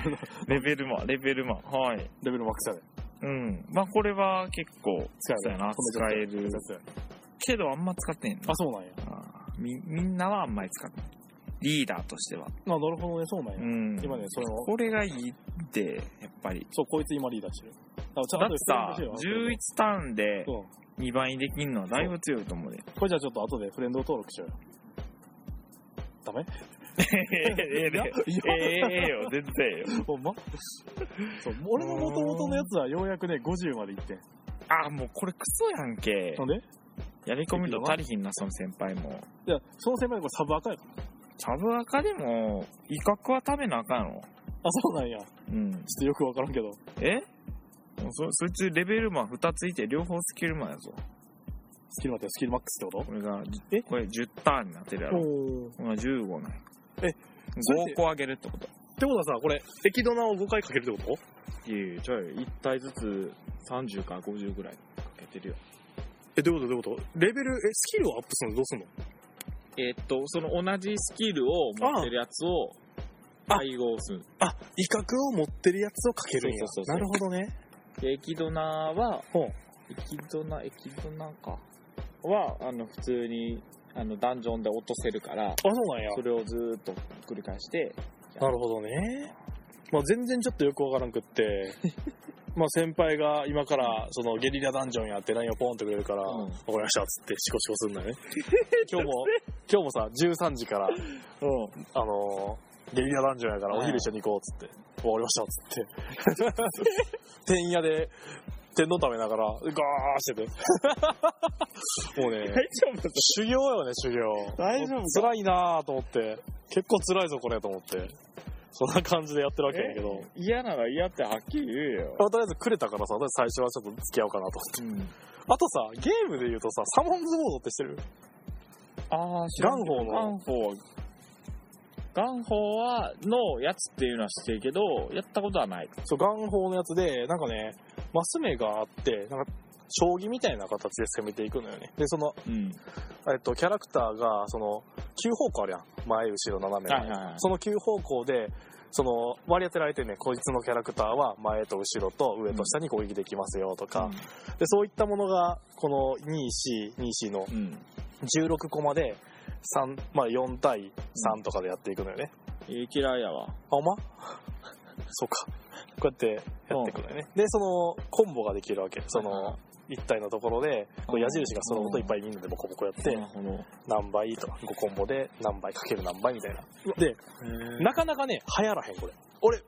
Speaker 2: それ。
Speaker 1: レベルマン、レベルマン。はい。
Speaker 2: レベルマックスやで。
Speaker 1: うん。まあ、これは結構、
Speaker 2: 使
Speaker 1: そう
Speaker 2: え
Speaker 1: や
Speaker 2: る。
Speaker 1: な、使える
Speaker 2: や。つや
Speaker 1: けど、あんま使ってへんな
Speaker 2: あ、。そうなんや。
Speaker 1: あーみ、みんなはあんまり使ってない。リーダーとしては。
Speaker 2: まあ、なるほどね、そうなん
Speaker 1: う
Speaker 2: や。
Speaker 1: ん。
Speaker 2: 今ね、それを。
Speaker 1: これがいいって、やっぱり。
Speaker 2: そう、こいつ今リーダーしてる。だからち
Speaker 1: だ
Speaker 2: ゃ
Speaker 1: っ
Speaker 2: んと
Speaker 1: てさ、11ターンで
Speaker 2: うん。
Speaker 1: 2倍にできんのはだいぶ強いと思うで。
Speaker 2: これじゃあちょっと後でフレンド登録しようよ。ダメ
Speaker 1: ええで
Speaker 2: いや
Speaker 1: ええええよ、全然ええよ。
Speaker 2: ほ んまそう、俺の元々のやつはようやくね、50までいってん。
Speaker 1: あー、もうこれクソやんけ
Speaker 2: な。んで
Speaker 1: やり込みと足りひんな、その先輩も。
Speaker 2: いや、その先輩のこれサブ赤やから。
Speaker 1: サブアカでも、威嚇は食べなあかんの。
Speaker 2: あ、そうなんや。ちょっ
Speaker 1: うん。
Speaker 2: とよくわからんけど。
Speaker 1: えもうそそいつレベルマン2ついて両方スキルマンやぞ。
Speaker 2: スキルマックス、スキルマックスってこ
Speaker 1: これが、じ
Speaker 2: え
Speaker 1: これ10ターンになってるや
Speaker 2: と
Speaker 1: ろ。
Speaker 2: おー。
Speaker 1: これが15なんや
Speaker 2: えそれって
Speaker 1: 5個あげるってこと
Speaker 2: ってことはさ、これ、エドナを5回かけるってこと
Speaker 1: いやいや、ちょい、1体ずつ30から50ぐらいかけてるよ。
Speaker 2: え、どういうことどういうことレベル、え、スキルをアップするのどうすんの
Speaker 1: えーっと、その同じスキルを持ってるやつを
Speaker 2: あ
Speaker 1: 配合する。
Speaker 2: あ、威嚇を持ってるやつをかけるんや。
Speaker 1: そうそうそうそう
Speaker 2: なるほどね。
Speaker 1: でエキドナは、
Speaker 2: ほう。
Speaker 1: エキドナ、エキドナか。は、あの、普通に、あの、ダンジョンで落とせるから、
Speaker 2: あ、そうなんや。
Speaker 1: それをずーっと繰り返して、
Speaker 2: なるほどね。まあ、全然ちょっとよくわからんく って、まあ先輩が今からそのゲリラダンジョンやってラインをポンってくれるから、わ、
Speaker 1: うん
Speaker 2: かりましたっつってシコシコすんだよ ね。今日も、今日もさ、13時から、
Speaker 1: うん。
Speaker 2: あのーゲリラダンジョンやから
Speaker 1: うん
Speaker 2: お昼一緒に行こうっつって、わかりましたっつって。天屋で天丼食べながら、ガーしてて。もうね、
Speaker 1: 丈夫
Speaker 2: 修行よね、修行。
Speaker 1: 大丈夫か
Speaker 2: 辛いなぁと思って。結構辛いぞ、これと思って。そんな感じでやってるわけやけど。
Speaker 1: 嫌なら嫌ってはっきり言えよ。
Speaker 2: まあとりあえずくれたからさ、私最初はちょっと付き合おうかなと思って。
Speaker 1: うん。
Speaker 2: あとさ、ゲームで言うとさ、サモンズボードってしてる
Speaker 1: ああ、
Speaker 2: らんけど
Speaker 1: ガンホー。ガンホーは、のやつっていうのは知ってるけど、やったことはない。
Speaker 2: そう、ガンホーのやつで、なんかね、マス目があって、なんか、将棋みたいな形で攻めていくのよね。で、その、
Speaker 1: うん。
Speaker 2: えっと、キャラクターが、その、9方向あるやん。前、後ろ、斜め。
Speaker 1: はいはいはい。
Speaker 2: その9方向で、その、割り当てられてね、こいつのキャラクターは前と後ろと上と下に攻撃できますよとか、で、そういったものが、この 2C、2C の
Speaker 1: うん。
Speaker 2: 16コマで、3、まあ4対3とかでやっていくのよね。
Speaker 1: えー嫌いやわ。
Speaker 2: あ、おま そうか。こうやってやっていくのよね。で、その、コンボができるわけ。その、一体のところで、こう矢印がその音いっぱいみんなでボコボコやって、
Speaker 1: なるほど。
Speaker 2: 何倍とか、5コンボで何倍かける何倍みたいな。で、
Speaker 1: な
Speaker 2: なかなかね、流行らへん、これ。俺、
Speaker 1: い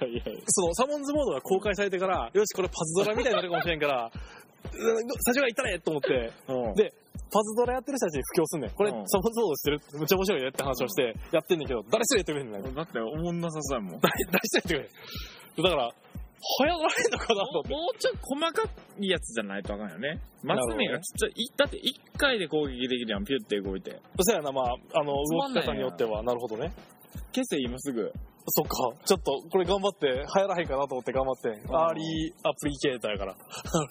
Speaker 1: やいやい
Speaker 2: そのサモンズモードが公開されてから、よし、これパズドラみたいになるかもしれんから、うん最初から行ったねと思って、
Speaker 1: や。うん
Speaker 2: でパズドラやってる人たちに布教すんねん。これ、
Speaker 1: うん
Speaker 2: サモンズモードしてるめっちゃ面白いねって話をして、やってんねんけど、誰一人やってくれへんねん。誰
Speaker 1: だって、おもんなさそうやもん。も
Speaker 2: 誰一人やってくれへん。だから、流行られんのかなと思っ
Speaker 1: う
Speaker 2: て。
Speaker 1: もうちょい細かいやつじゃないとあかんよね。マス目がちっちゃいい。だって1回で攻撃できるやん、ピュって動いて。
Speaker 2: そしたらな、まあ、あの、
Speaker 1: つま
Speaker 2: 動
Speaker 1: んな
Speaker 2: き
Speaker 1: いな
Speaker 2: 方によっては、なるほどね。
Speaker 1: 消せ、今すぐ。
Speaker 2: そっか、ちょっと、これ頑張って、流行らへんかなと思って頑張ってん。
Speaker 1: ん
Speaker 2: アーリーアプリケーターやから。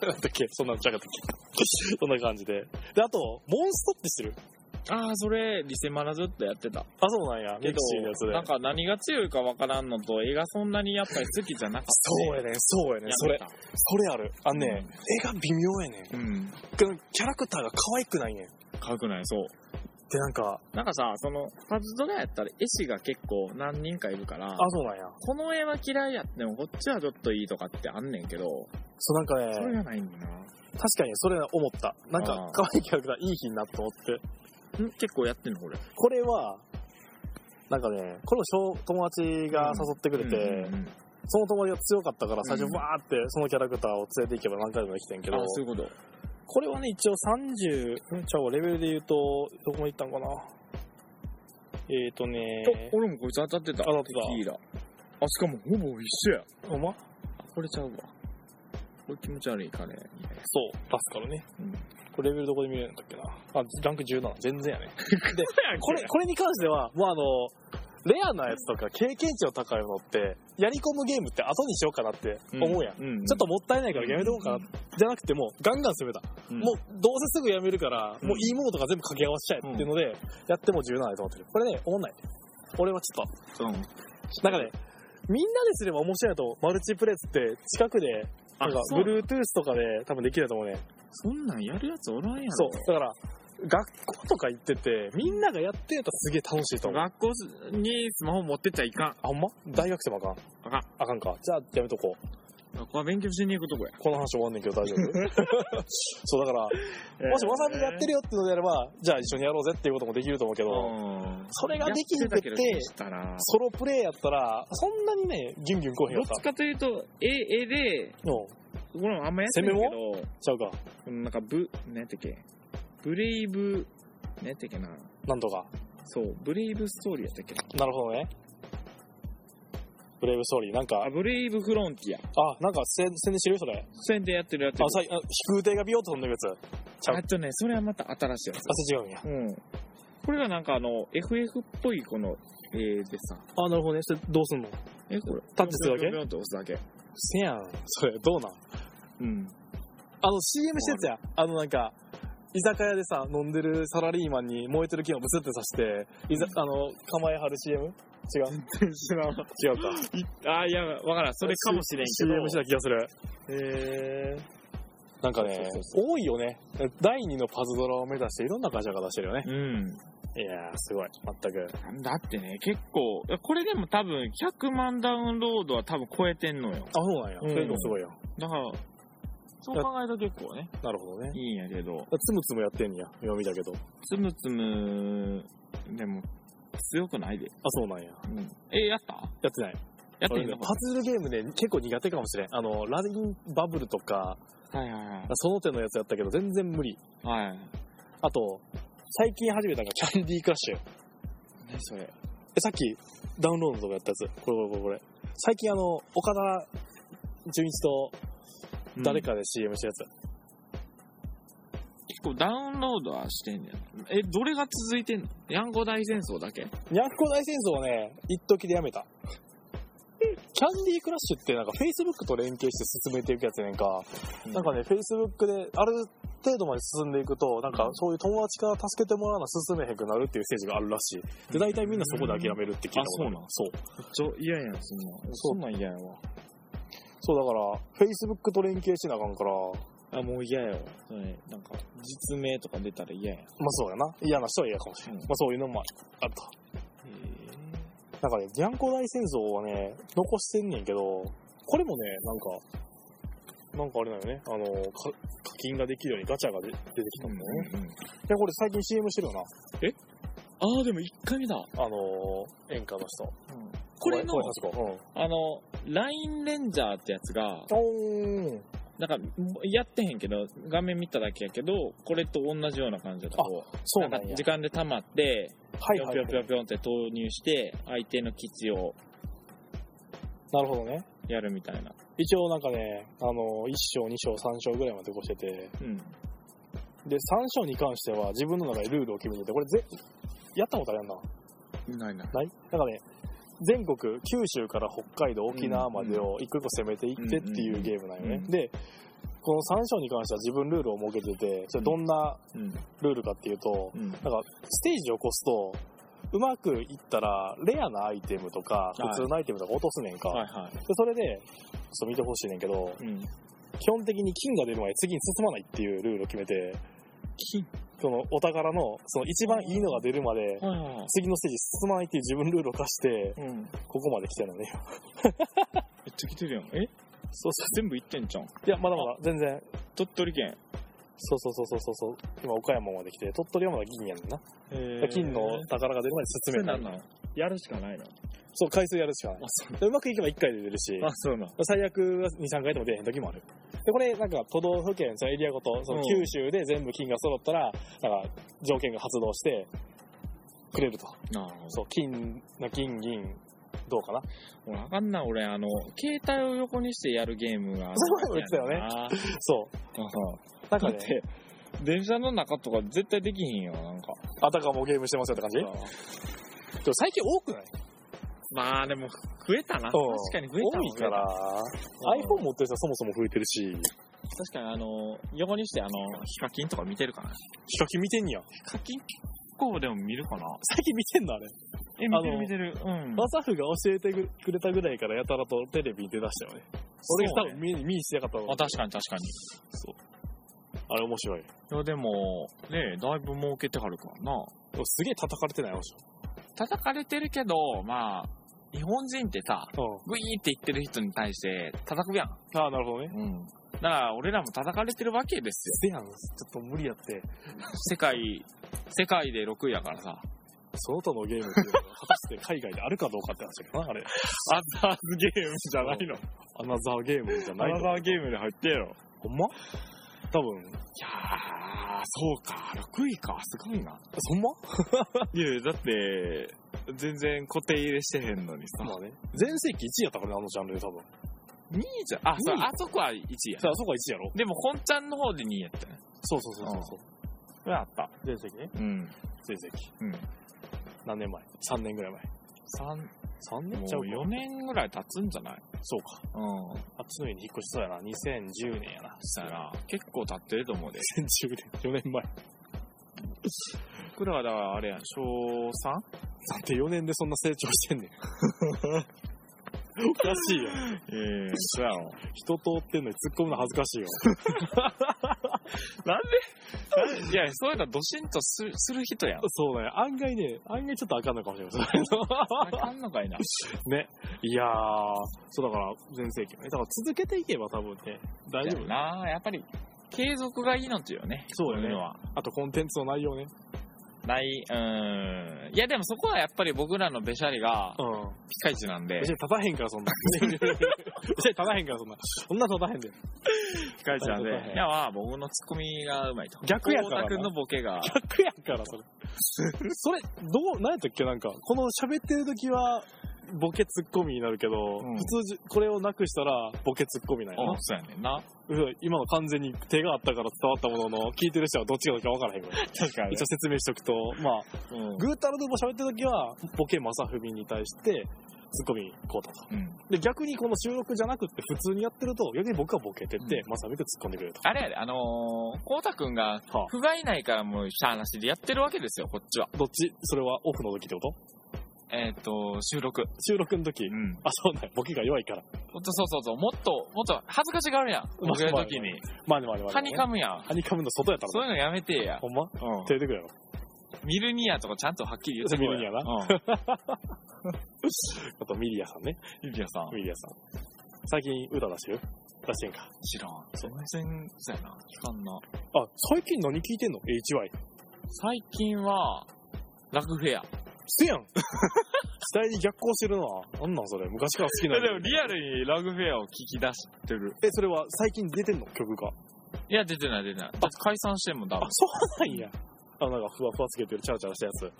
Speaker 2: なんだっけそんなんちゃうかったっけそんな感じで。で、あと、モンストって知ってる
Speaker 1: ああ、それ、リセマラずっとやってた。
Speaker 2: あ、そうなんや。ミクシーのやつで。
Speaker 1: なんか何が強いかわからんのと、絵がそんなにやっぱり好きじゃなかった。
Speaker 2: そうやねん、そうやねん、それ、それある。あのね、絵が微妙やねん。
Speaker 1: うん。
Speaker 2: キャラクターが可愛くないねん。
Speaker 1: かわくない、そう。
Speaker 2: で、なんか、
Speaker 1: なんかさ、その、パズドラやったら絵師が結構何人かいるから、
Speaker 2: あ、そうなんや。
Speaker 1: この絵は嫌いやっても、こっちはちょっといいとかってあんねんけど、
Speaker 2: そう、なんかね、
Speaker 1: それがないんだな。
Speaker 2: 確かにそれは思った。なん
Speaker 1: あ
Speaker 2: か
Speaker 1: ー、
Speaker 2: 可愛いキャラクターいい日になと思って。
Speaker 1: ん結構やってんのこれ。
Speaker 2: これは、なんかね、これも小友達が誘ってくれて、
Speaker 1: うんうんうん
Speaker 2: その友達が強かったから最
Speaker 1: うん
Speaker 2: 初わーってそのキャラクターを連れていけば何回でもできてんけど
Speaker 1: あ、、そういうこと。
Speaker 2: これはね、一応30、うんちゃうわレベルで言うと、どこまでいったんかな。えーとね、
Speaker 1: お俺もこいつ当たってた。
Speaker 2: 当たってた
Speaker 1: テキーラ。あ、しかもほぼ一緒や。
Speaker 2: おま
Speaker 1: これちゃうわ。これ気持ち悪い、カレー。
Speaker 2: そう、パスからね。
Speaker 1: うん
Speaker 2: これレベルどこで見れるんだっけな。あ、ランク17、全然やね。で、これ、これに関しては、もうあの、レアなやつとか経験値の高いのって、やり込むゲームって後にしようかなって思うやん。
Speaker 1: ん。うん
Speaker 2: ちょっともったいないからやめとこうかな、じゃなくてもうガンガン攻めた、
Speaker 1: うん
Speaker 2: もうどうせすぐやめるから、
Speaker 1: うん
Speaker 2: もういいものとか全部掛け合わせちゃえっていうので、やっても17やと思ってるこれね思んない俺はちょっ
Speaker 1: うん、
Speaker 2: となんかねみんなですれば面白いとマルチプレイスって近くで
Speaker 1: あ
Speaker 2: なんか
Speaker 1: そう
Speaker 2: Bluetooth とかで多分できると思うね
Speaker 1: そんなんやるやつおらんやろ。
Speaker 2: そう。だから、学校とか行ってて、みんながやってるとすげえ楽しいと思う。
Speaker 1: 学校にスマホ持ってっちゃいかん。
Speaker 2: あ、ほんま大学生もあかん。
Speaker 1: あかん。
Speaker 2: あかんか。じゃあ、やめとこう。
Speaker 1: 学校は勉強しに行くとこや。
Speaker 2: この話終わんねんけど大丈 夫そう、だから、もしわさびやってるよっていうのであれば、じゃあ一緒にやろうぜっていうこともできると思う
Speaker 1: け
Speaker 2: けど、それができなくて
Speaker 1: やってたけどしたら
Speaker 2: ソロプレイやったら、そんなにね、ギュンギュンこうへん
Speaker 1: ど
Speaker 2: や
Speaker 1: っ
Speaker 2: った
Speaker 1: ち。かというと、絵、絵で、
Speaker 2: うん
Speaker 1: これもあんまやってないけ
Speaker 2: 攻
Speaker 1: ど、
Speaker 2: ちゃうか。
Speaker 1: このなんか、ブ、何やったっけブレイブ、何やったっけな
Speaker 2: なんとか。
Speaker 1: そう、ブレイブストーリーやったっけな
Speaker 2: なるほどね。ブレイブストーリー。なんか、
Speaker 1: あ、ブレイブフロンティア。
Speaker 2: あ、なんか宣宣伝してるよ、それ。
Speaker 1: 宣伝やってるやつ。
Speaker 2: あ、さい、あ飛空艇がビヨッと飛んでるやつ。あ、ちゃう
Speaker 1: あとね、それはまた新しいやつ。
Speaker 2: それ違うんや。
Speaker 1: うん。これがなんかあの、FF っぽいこの絵でさ。
Speaker 2: あ、なるほどね。それどうすんの
Speaker 1: え、これ。
Speaker 2: タッチするだけ
Speaker 1: ピョンピョンピョンって押すだけ。
Speaker 2: せやん。それ、どうなん
Speaker 1: うん。
Speaker 2: あの、CM してたやん。あの、なんか、居酒屋でさ、飲んでるサラリーマンに燃えてる木をブスって刺して、いざ、あの、構え張る CM? 違う
Speaker 1: 知らん。
Speaker 2: 違うか。
Speaker 1: あ、いや、わからん。それかもしれんけど。
Speaker 2: CM した気がする。へー。なんかね
Speaker 1: そうそうそ
Speaker 2: 多いよね。第2のパズドラを目指していろんな会社が出してるよね。
Speaker 1: うん。
Speaker 2: いやー、すごい。全く。
Speaker 1: だってね、結構、いやこれでも多分100万ダウンロードは多分超えてんのよ
Speaker 2: あ、。そうなんや。
Speaker 1: うん
Speaker 2: 結構すごいよ。
Speaker 1: だから、そう考えると結構ね、
Speaker 2: なるほどね。
Speaker 1: いいんやけど、
Speaker 2: つむつむやってんや。今見たけど。あ、
Speaker 1: つむつむ、でも、強くないで。
Speaker 2: そうなんや。
Speaker 1: うん。え、やった
Speaker 2: やってない。
Speaker 1: やって
Speaker 2: 俺
Speaker 1: ん
Speaker 2: ね
Speaker 1: の
Speaker 2: パズルゲームね、結構苦手かもしれん。あの、ラディンバブルとか、
Speaker 1: はいはいはい。
Speaker 2: その手のやつやったけど、全然無理。
Speaker 1: はい。
Speaker 2: あと、最近始めたのがキャンディークラッシュ。え、
Speaker 1: 何それ。
Speaker 2: さっきダウンロードとかやったやつ。これこれこれこれ。最近あの、岡田純一と誰かで CM したやつ。
Speaker 1: 結構ダウンロードはしてんねん。え、どれが続いてんのヤンゴ大戦争だけ
Speaker 2: ニャンコ大戦争はね、一時でやめた。キャンディークラッシュってなんか Facebook と連携して進めていくやつやねんか。なんかね、Facebook である程度まで進んでいくと、なんかそういう友達から助けてもらうのは進めへんくなるっていうステージがあるらしい。で、大体みんなそこで諦めるって聞いたことある
Speaker 1: うんあ
Speaker 2: そう
Speaker 1: めっちゃ嫌やん、そんなん。
Speaker 2: そ
Speaker 1: そう
Speaker 2: そ
Speaker 1: んなん嫌やわ。
Speaker 2: そう。だから、Facebook と連携しなあかんから、
Speaker 1: あ、もう嫌やわ。それ、なんか、実名とか出たら嫌やん。
Speaker 2: まあそうやな。嫌な人は嫌かもしれん。
Speaker 1: うん
Speaker 2: まあそういうのもあると。
Speaker 1: へ
Speaker 2: なんかね、ニャンコ大戦争はね、残してんねんけど、これもね、なんか、なんかあれだよね、あの、か課金ができるようにガチャがで出てきたんだよね。
Speaker 1: うん
Speaker 2: で、これ最近 CM してるよ
Speaker 1: ああ、でも1回目だ。
Speaker 2: な。あのー、演歌の人。
Speaker 1: これの、
Speaker 2: 小林幸子
Speaker 1: あの、ラインレンジャーってやつが、
Speaker 2: うん。おー
Speaker 1: なんか、やってへんけど、画面見ただけやけど、これと同じような感じだった。こう
Speaker 2: そうなん
Speaker 1: か
Speaker 2: や
Speaker 1: 時。間で溜まって、
Speaker 2: は
Speaker 1: ぴ
Speaker 2: い
Speaker 1: ょん
Speaker 2: はい
Speaker 1: ぴょ
Speaker 2: はい
Speaker 1: んぴょんぴょんって投入して、相手の基地を
Speaker 2: なるほどね。
Speaker 1: やるみたいな。
Speaker 2: 一応なんかね、あのー、1章、2章、3章ぐらいまでこうしてて、
Speaker 1: うん。
Speaker 2: で、3章に関しては自分の中でルールを決めてて、これぜ、やったことあるやんな。
Speaker 1: ないな。
Speaker 2: ないなんかね、全国、九州から北海道、沖縄までを一個一個攻めていってっていうゲームなんよね。
Speaker 1: うん
Speaker 2: で、この3章に関しては自分ルールを設けてて、それどんな
Speaker 1: うん。
Speaker 2: ルールかっていうと、
Speaker 1: うん。
Speaker 2: なんかステージを起こすと、うまくいったら、レアなアイテムとか、
Speaker 1: い
Speaker 2: 普通のアイテムとか落とすねんか。
Speaker 1: はいは
Speaker 2: で、それで、ちょっと見てほしいねんけど、
Speaker 1: い。うん。
Speaker 2: 基本的に金が出る前に次に進まないっていうルールを決めて、
Speaker 1: 金。
Speaker 2: そのお宝の、その一番いいのが出るまで、
Speaker 1: はいはい。
Speaker 2: 次のステージ進まないっていう自分ルールを課して、
Speaker 1: うん。めっ
Speaker 2: ここまで来てるのね。
Speaker 1: ちゃ来てるやん。え
Speaker 2: そう
Speaker 1: 全部行ってんじゃん。
Speaker 2: いや、まだまだ、全然。
Speaker 1: 鳥取県。
Speaker 2: そうそうそうそうそうそう。今、岡山まで来て、鳥取はまだ銀やねんな。
Speaker 1: え
Speaker 2: 金の宝が出るまで
Speaker 1: そ
Speaker 2: 進
Speaker 1: れ
Speaker 2: めな
Speaker 1: ないん。なんやるしかないの。あ、
Speaker 2: そう、回数やるしかない。
Speaker 1: そ
Speaker 2: でうまくいけば1回で出るし
Speaker 1: う。、あ、そうな。
Speaker 2: 最悪は2、3回でも出へん時もある。で、これ、なんか、都道府県、そのエリアごと、その
Speaker 1: うん
Speaker 2: 九州で全部金が揃ったら、なんか、条件が発動して、くれると。
Speaker 1: なるほど。
Speaker 2: そう、金、金、銀、どうかな。
Speaker 1: 俺、あかんな、俺、あの、携帯を横にしてやるゲームが。
Speaker 2: そう言ってたよね
Speaker 1: あー。
Speaker 2: そう。なんか
Speaker 1: だっ
Speaker 2: ね、
Speaker 1: て、電車の中とか絶対できひんよ、なんか。
Speaker 2: あたかもゲームしてますよって感じでも最近多くない
Speaker 1: まあ、でも、増えたな。確
Speaker 2: うん
Speaker 1: かに増えた
Speaker 2: 多
Speaker 1: わ
Speaker 2: いから、
Speaker 1: うん
Speaker 2: iPhone 持ってる人はそもそも増えてるし、
Speaker 1: 確かに、あの、横にして、あの、ヒカキンとか見てるかな。
Speaker 2: ヒカキン見てんや。
Speaker 1: ヒカキン結構でも見るかな。
Speaker 2: 最近見てんのあれ。
Speaker 1: え、見てる見てる。うん。
Speaker 2: マサフが教えてくれたぐらいからやたらとテレビに出だしたよね。俺が多
Speaker 1: そう
Speaker 2: 分
Speaker 1: ね
Speaker 2: 見に、見にしてなかったの。
Speaker 1: あ、確かに確かに。
Speaker 2: あれ面白い。
Speaker 1: いや、でも、ねだいぶ儲けてはるからな。
Speaker 2: すげえ叩かれてない面白い。
Speaker 1: 叩かれてるけど、まあ、日本人ってさ、
Speaker 2: うん。
Speaker 1: グイーって言ってる人に対して叩くやん。
Speaker 2: ああ、なるほどね。
Speaker 1: うん。だから、俺らも叩かれてるわけですよ。
Speaker 2: せやん、ちょっと無理やって。
Speaker 1: 世界、世界で6位やからさ。
Speaker 2: その他のゲームっていうのは果たして海外であるかどうかって話だよな、あ れ。
Speaker 1: アザーズゲームじ
Speaker 2: ゃない
Speaker 1: の。
Speaker 2: アナザーゲームじゃないの。
Speaker 1: ーゲームで入ってやろ。い
Speaker 2: ほんま多分。
Speaker 1: やー、そうか、6位か、すごいな。
Speaker 2: そんま
Speaker 1: いやいや、だって、全然固定入れしてへんのにさ。
Speaker 2: まあね。全盛期1位やったからね、あのジャンルで多分。
Speaker 1: 2位じゃ、あ、そう
Speaker 2: 二位
Speaker 1: あそこは1位や
Speaker 2: そ。うあそこが1位やろ
Speaker 1: でも、こんちゃんの方で2位やったね。
Speaker 2: そうそうそうそう。
Speaker 1: うやった。
Speaker 2: 全盛期ね。
Speaker 1: うん。
Speaker 2: 全盛期。
Speaker 1: うん。
Speaker 2: 何年前 ?3 年ぐらい前。3
Speaker 1: 3、
Speaker 2: 年ちゃ
Speaker 1: も
Speaker 2: う
Speaker 1: う
Speaker 2: か
Speaker 1: 4年ぐらい経つんじゃない
Speaker 2: そうか。
Speaker 1: うん。
Speaker 2: あっちの家に引っ越しそうやな。2010年やな。
Speaker 1: したら、結構経ってると思うで。
Speaker 2: 2010年。4年前。
Speaker 1: 僕らはだからあれやん、小 3?
Speaker 2: なんて4年でそんな成長してんねん。おかしいよ。
Speaker 1: ええそうやろ。
Speaker 2: 人通ってんのに突っ込むの恥ずかしいよ。
Speaker 1: なんでいや、そういうのはドシンとすする人やん。
Speaker 2: そうだね。案外ね、案外ちょっとあかんのかもしれません。
Speaker 1: あかんのかいな。
Speaker 2: ね。いやー、そうだから、全盛期ね。だから続けていけば多分ね、大丈夫。
Speaker 1: なあやっぱり、継続が命よね。
Speaker 2: そうだ
Speaker 1: い
Speaker 2: ね
Speaker 1: のは。
Speaker 2: あとコンテンツの内容ね。
Speaker 1: ない、うーん。いや、でもそこはやっぱり僕らのべしゃりが
Speaker 2: う、ん。
Speaker 1: ピカイチなんで
Speaker 2: 別、に立たへんか ら、そんな。別に立たへんから、そんな。そんな立たへんで。
Speaker 1: ピカイチなんで
Speaker 2: そうそうそ、う
Speaker 1: いや、まあ僕のツッコミがうまいと。
Speaker 2: 逆やからな
Speaker 1: 太田君のボケが、
Speaker 2: 逆やから、それ。それ、どう、何やったっけなんか、この喋ってる時は、ボケツッコミになるけど、
Speaker 1: うん
Speaker 2: 普通じ、これをなくしたら、ボケツッコミなんや
Speaker 1: あ
Speaker 2: な、。
Speaker 1: そうやねんな。
Speaker 2: うん今の完全に手があったから伝わったものの、聞いてる人はどっちがどっちか分からへんから。
Speaker 1: 確か
Speaker 2: 一応説明しとくと、まあ、
Speaker 1: うん。
Speaker 2: グータラでも喋ってる時は、ボケ正文に対して、ツッコミこうと。
Speaker 1: うん。
Speaker 2: で、逆にこの収録じゃなくって普通にやってると、逆に僕はボケてて、
Speaker 1: う
Speaker 2: 正文が突っ込んでくれると。
Speaker 1: あれやで、あのー、光太くんが
Speaker 2: はあ、
Speaker 1: 不甲斐ないからもうしゃあなしでやってるわけですよ、こっちは。
Speaker 2: どっちそれはオフの時ってこと
Speaker 1: えっ、と、収録。
Speaker 2: 収録の時。
Speaker 1: ん。
Speaker 2: あ、そうなんやボケが弱いから。
Speaker 1: ほんとそうそうそう、もっと、もっと恥ずかしがるやん。
Speaker 2: まあ
Speaker 1: 僕の時に。
Speaker 2: まあねまあねまあね。
Speaker 1: ハニカムやん。
Speaker 2: ハニカムの外やった
Speaker 1: そう
Speaker 2: ら。
Speaker 1: いうのやめてや。
Speaker 2: ほんま
Speaker 1: うん。
Speaker 2: 照れてくるやろ。
Speaker 1: ミルニアとかちゃんとはっきり言ってこいよ
Speaker 2: ミルニア
Speaker 1: うん。
Speaker 2: あとミリアさんね。
Speaker 1: ミルニアさん。
Speaker 2: ミリアさん。最近歌出してる出してんか。
Speaker 1: 知らん。全然、そうやな。聞かんな。
Speaker 2: あ、最近何聞いてんの ?HY。
Speaker 1: 最近は、ラグフェア。
Speaker 2: せ やん時代に逆行してるな。なんなんそれ。昔から好き
Speaker 1: で
Speaker 2: なの
Speaker 1: もリアルにラグフェアを聞き出してる。
Speaker 2: え、それは最近出てんの曲が。
Speaker 1: いや、出てない出てない。解散してんもん、多
Speaker 2: あ
Speaker 1: 分、。
Speaker 2: そうなんや。あの、なんかふわふわつけてるチャラチャラしたやつ。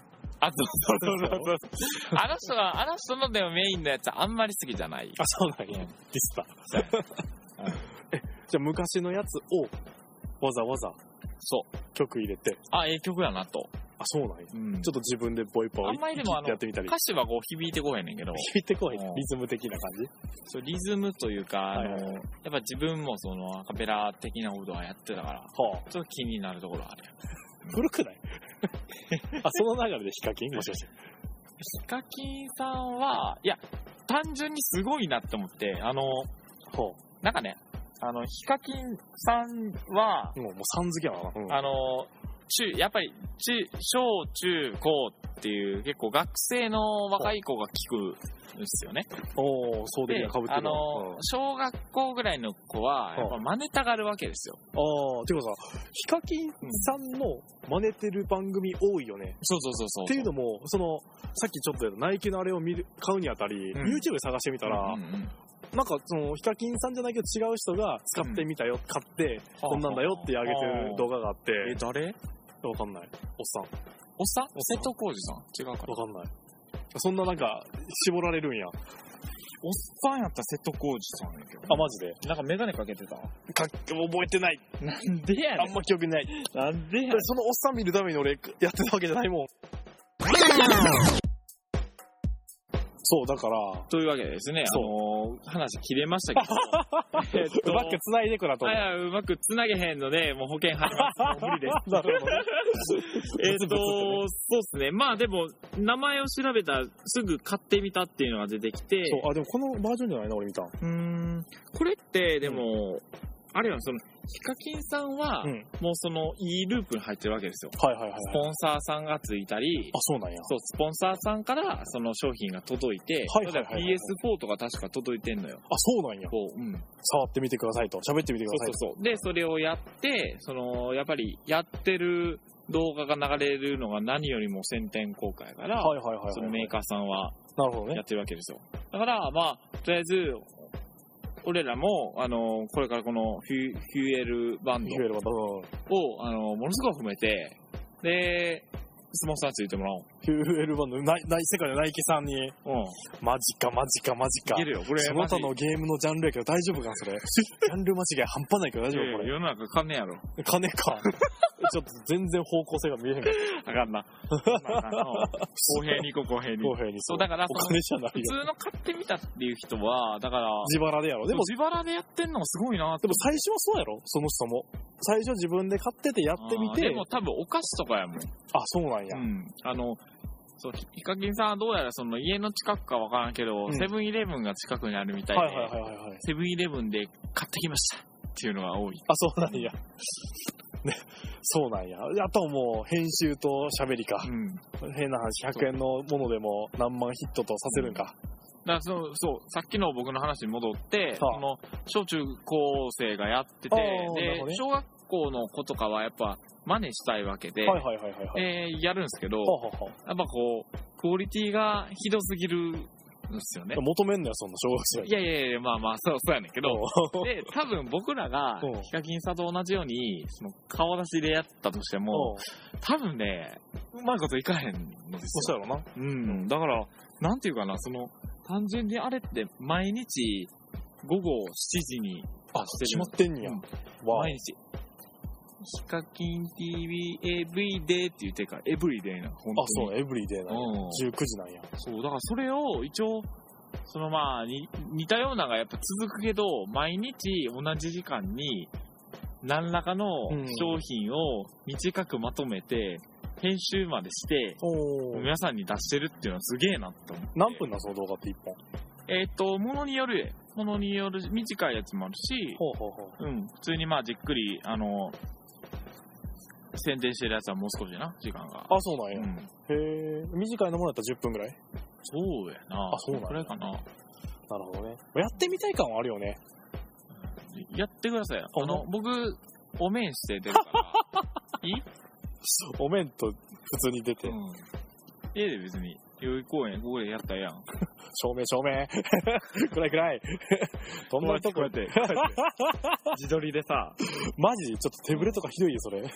Speaker 1: あ、 そうそうそうそう。あの人は、あの人のでもメインのやつあんまり好きじゃない。
Speaker 2: あ、そうなんや。
Speaker 1: うん
Speaker 2: ディスタ。
Speaker 1: そうや
Speaker 2: じゃあ昔のやつをわざわざ
Speaker 1: そう。
Speaker 2: 曲入れて、
Speaker 1: あ、ええ曲やなと。
Speaker 2: あ、そうなんや。
Speaker 1: うん
Speaker 2: ちょっと自分でボイパを
Speaker 1: あんまりでもあの
Speaker 2: やってみたり
Speaker 1: 歌。詞はこう響いてこへんねんけど、
Speaker 2: 響いてこい。リ
Speaker 1: うん
Speaker 2: ズム的な感じ。
Speaker 1: そうリズムというか、あの、
Speaker 2: はいはい
Speaker 1: やっぱ自分もそのアカペラ的なことはやってたから、
Speaker 2: はあ。
Speaker 1: ちょっと気になるところはある。
Speaker 2: 古くない あ、その流れでヒカキンもしかして。
Speaker 1: ヒカキンさんは、いや、単純にすごいなって思って、あの、
Speaker 2: ほう。
Speaker 1: なんかね、あの、ヒカキンさんは、
Speaker 2: もう、もうさん付けやな。うん
Speaker 1: あの、中、やっぱり、中、小、中、高っていう、結構学生の若い子が聞くんですよね。
Speaker 2: おー、そうで
Speaker 1: で
Speaker 2: いいかぶってる
Speaker 1: あ
Speaker 2: な。
Speaker 1: の
Speaker 2: うん、
Speaker 1: 小学校ぐらいの子は、やっぱ真似たがるわけですよ。
Speaker 2: あー、てかさ、ヒカキンさんの真似てる番組多いよね。
Speaker 1: そうそうそうそう。
Speaker 2: っていうのも、その、さっきちょっとやったナイキのあれを見る買うにあたり、
Speaker 1: うん
Speaker 2: YouTube 探してみたら、
Speaker 1: うんうんうん
Speaker 2: なんかその、ヒカキンさんじゃないけど違う人が使ってみたよ、買って、こんなんだよってあげてる動画があって、
Speaker 1: え、誰
Speaker 2: わかんない。おっさん。
Speaker 1: おっさん
Speaker 2: おっさ
Speaker 1: 瀬
Speaker 2: ん
Speaker 1: 戸康史さん違うかな
Speaker 2: わ。かんない。そんななんか、絞られるんや。
Speaker 1: おっさんやったら瀬戸康史さんやけど。
Speaker 2: あ、マジで
Speaker 1: なんかメガネかけてた
Speaker 2: か覚えてない。
Speaker 1: なんでや
Speaker 2: あんま記憶にない。
Speaker 1: なんでや
Speaker 2: そのおっさん見るために俺やってたわけじゃないもん。そう、だから、
Speaker 1: というわけでですね、あ
Speaker 2: そ
Speaker 1: のー話切れました けど、えっと
Speaker 2: うまく繋いでくなと
Speaker 1: あい
Speaker 2: 思。
Speaker 1: うやうまくつなげへんので、もう保険入ります。もう無理 です。
Speaker 2: なるほどね。
Speaker 1: えっと、
Speaker 2: ブツブツってね
Speaker 1: そうですね。まあでも、名前を調べたらすぐ買ってみたっていうのが出てきて、
Speaker 2: そう、あ、でもこのバージョンじゃないな、俺見た。
Speaker 1: うーん、これってでも、あれはその、ヒカキンさんは、
Speaker 2: うん
Speaker 1: もうその、いいループに入ってるわけですよ。
Speaker 2: はいはいはい。
Speaker 1: ス
Speaker 2: あ、
Speaker 1: ポンサーさんがついたり、
Speaker 2: そうなんや。
Speaker 1: そう、スポンサーさんからその商品が届いて、
Speaker 2: はいはいはいはい
Speaker 1: PS4 とか確か届いてんのよ。
Speaker 2: あ、そうなんや。
Speaker 1: こう、うん。
Speaker 2: 触ってみてくださいと。喋ってみてください
Speaker 1: そうそうそう。で、それをやって、その、やっぱりやってる動画が流れるのが何よりも先天公開やから、
Speaker 2: と。はいはいはいはい。
Speaker 1: そのメーカーさんは
Speaker 2: なるほど
Speaker 1: や
Speaker 2: ね
Speaker 1: っ。てるわけですよ。だから、まあ、とりあえず、俺らも、あの、これからこのフュフューエルバン
Speaker 2: いわゆるまた、うん
Speaker 1: ドを、あの、ものすごく褒めて、で、スポンサーついてもらおう。
Speaker 2: QL バンド、ない、ない世界のナイキさんに、
Speaker 1: うん。
Speaker 2: マジかマジかマジか
Speaker 1: いけ。るよ、これ。
Speaker 2: その他
Speaker 1: マ
Speaker 2: のゲームのジャンルやけど大丈夫かな それ。ジャンル間違い半端ないけど大
Speaker 1: ジ
Speaker 2: 丈
Speaker 1: いや
Speaker 2: 夫こ
Speaker 1: いや
Speaker 2: れ。
Speaker 1: 世の中かんねやろ。
Speaker 2: 金か。ちょっと全然方向性が見えへんから。
Speaker 1: あかんな。まああの公平に行こう、公平に。
Speaker 2: 公平に。
Speaker 1: そうだから
Speaker 2: お金じゃない
Speaker 1: 普
Speaker 2: よ。
Speaker 1: 通の買ってみたっていう人は、だから、
Speaker 2: 自腹でやろ。で
Speaker 1: で
Speaker 2: も
Speaker 1: も、自腹でやってんのがすごいなって
Speaker 2: でも最初はそうやろその人も。最初自分で買っててやってみ
Speaker 1: あー
Speaker 2: て
Speaker 1: で、も多分お菓子とかやもん。
Speaker 2: あ、そうなんや
Speaker 1: う。ん。あの、そう、ヒヒカキンさんはどうやらその家の近くかわからんけど、
Speaker 2: うん
Speaker 1: セブンイレブンが近くにあるみたいで、
Speaker 2: はいはいはいはいはい。
Speaker 1: セブンイレブンで買ってきましたっていうのが多い。
Speaker 2: あ、そうなんや。ね、 そうなんや。あとはもう、編集と喋りか。
Speaker 1: うん。だ
Speaker 2: 変な話、100円のものでも何万ヒットとさせるんか。
Speaker 1: からその、そう、さっきの僕の話に戻って、
Speaker 2: はあ
Speaker 1: その、小中高生がやってて、
Speaker 2: あーなるほど
Speaker 1: で、
Speaker 2: ね
Speaker 1: 小学校の子とかはやっぱ真似したいわけで、
Speaker 2: はいはいはいはいはい。
Speaker 1: えーやるんですけど、
Speaker 2: ははは
Speaker 1: やっぱこう、クオリティがひどすぎるんですよね。
Speaker 2: 求めんのよ、そんな小学生
Speaker 1: いやいやいや、まあまあ、そう、そうやねんけど。
Speaker 2: う
Speaker 1: で、多分僕らが
Speaker 2: うん、
Speaker 1: ヒカキンさんと同じように、その、顔出しでやったとしても、
Speaker 2: ん
Speaker 1: 多分ね、うまいこといかへんので
Speaker 2: そし
Speaker 1: す
Speaker 2: た
Speaker 1: よ。
Speaker 2: らな。
Speaker 1: うん。だから、なんていうかな、その、単純にあれって、毎日、午後7時に、
Speaker 2: あ、決まってんや。
Speaker 1: うん
Speaker 2: わあ
Speaker 1: 毎日、ヒカキン TV every day って言ってるから、every day な、本当に。
Speaker 2: あ、そう、エブリデイなんや。
Speaker 1: うん。
Speaker 2: 19時なんや。
Speaker 1: そう、だからそれを一応、そのまあ、に似たようなのがやっぱ続くけど、毎日同じ時間に、何らかの
Speaker 2: うん
Speaker 1: 商品を短くまとめて、編集までして、
Speaker 2: お
Speaker 1: 皆さんに出してるっていうのはすげえなって思う。
Speaker 2: 何分な、その動画って1本。
Speaker 1: えーっ、と、ものによる、ものによる、短いやつもあるし、
Speaker 2: ほうほうほう。
Speaker 1: うん、普通にまあじっくり、あの、宣伝してるやつはもう少しな、時間が。
Speaker 2: あ、そうなん
Speaker 1: う
Speaker 2: や。
Speaker 1: ん。
Speaker 2: へえ。短いのもらったら10分ぐらい
Speaker 1: そうやな。
Speaker 2: あそうなんや
Speaker 1: これかな。
Speaker 2: なるほどね。やってみたい感はあるよね。
Speaker 1: やってください。
Speaker 2: ほ
Speaker 1: あ
Speaker 2: んま
Speaker 1: の、僕、お面して出る から。いい
Speaker 2: お面と普通に出て、
Speaker 1: うん。家で別に、代々木公園、ここでやったらええやん。
Speaker 2: 照明 照明。暗い暗 い。どんなとこ
Speaker 1: こうやって、こうやって自撮りでさ。
Speaker 2: マジちょっと手ぶれとかひどいよ、そ れ。
Speaker 1: い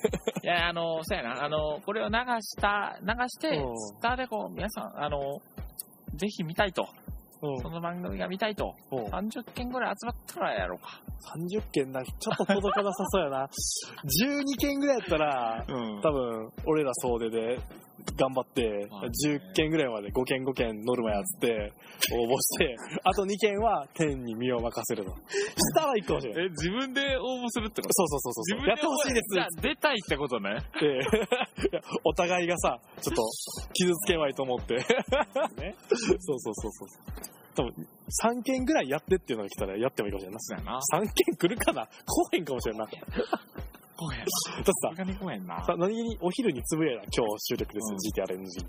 Speaker 1: や、あの、そうやな、あの、これを流した、流して、
Speaker 2: うん
Speaker 1: ツイッターでこう、皆さん、あの、ぜひ見たいと、
Speaker 2: うん
Speaker 1: その番組が見たいと、
Speaker 2: うん
Speaker 1: 30件ぐらい集まったらやろうか。
Speaker 2: 30件な、ちょっと届かなさそうやな。12件ぐらいやったら、
Speaker 1: うん
Speaker 2: 多分、俺ら総出で頑張って、
Speaker 1: まあね
Speaker 2: 10件ぐらいまで5件5件ノルマやっつって、応募して、 あと2件は天に身を任せると。したらいいかもしれない。
Speaker 1: え、自分で応募するってこ
Speaker 2: そうそうそうそうそう。やってほしいです
Speaker 1: じゃあ出たいってことね。
Speaker 2: って、いやお互いがさ、ちょっと傷つけまいと思って。
Speaker 1: ね
Speaker 2: そうそうそうそう。多分、3件ぐらいやってっていうのが来たらやってもいいかもしれない
Speaker 1: そうやな。
Speaker 2: な。3件来るかな来へんかもしれんない。だ
Speaker 1: 公園。
Speaker 2: ってさ
Speaker 1: さ、すがに公園な。
Speaker 2: さ何気にお昼につぶやいた今日収録です、
Speaker 1: うん
Speaker 2: GTRNG。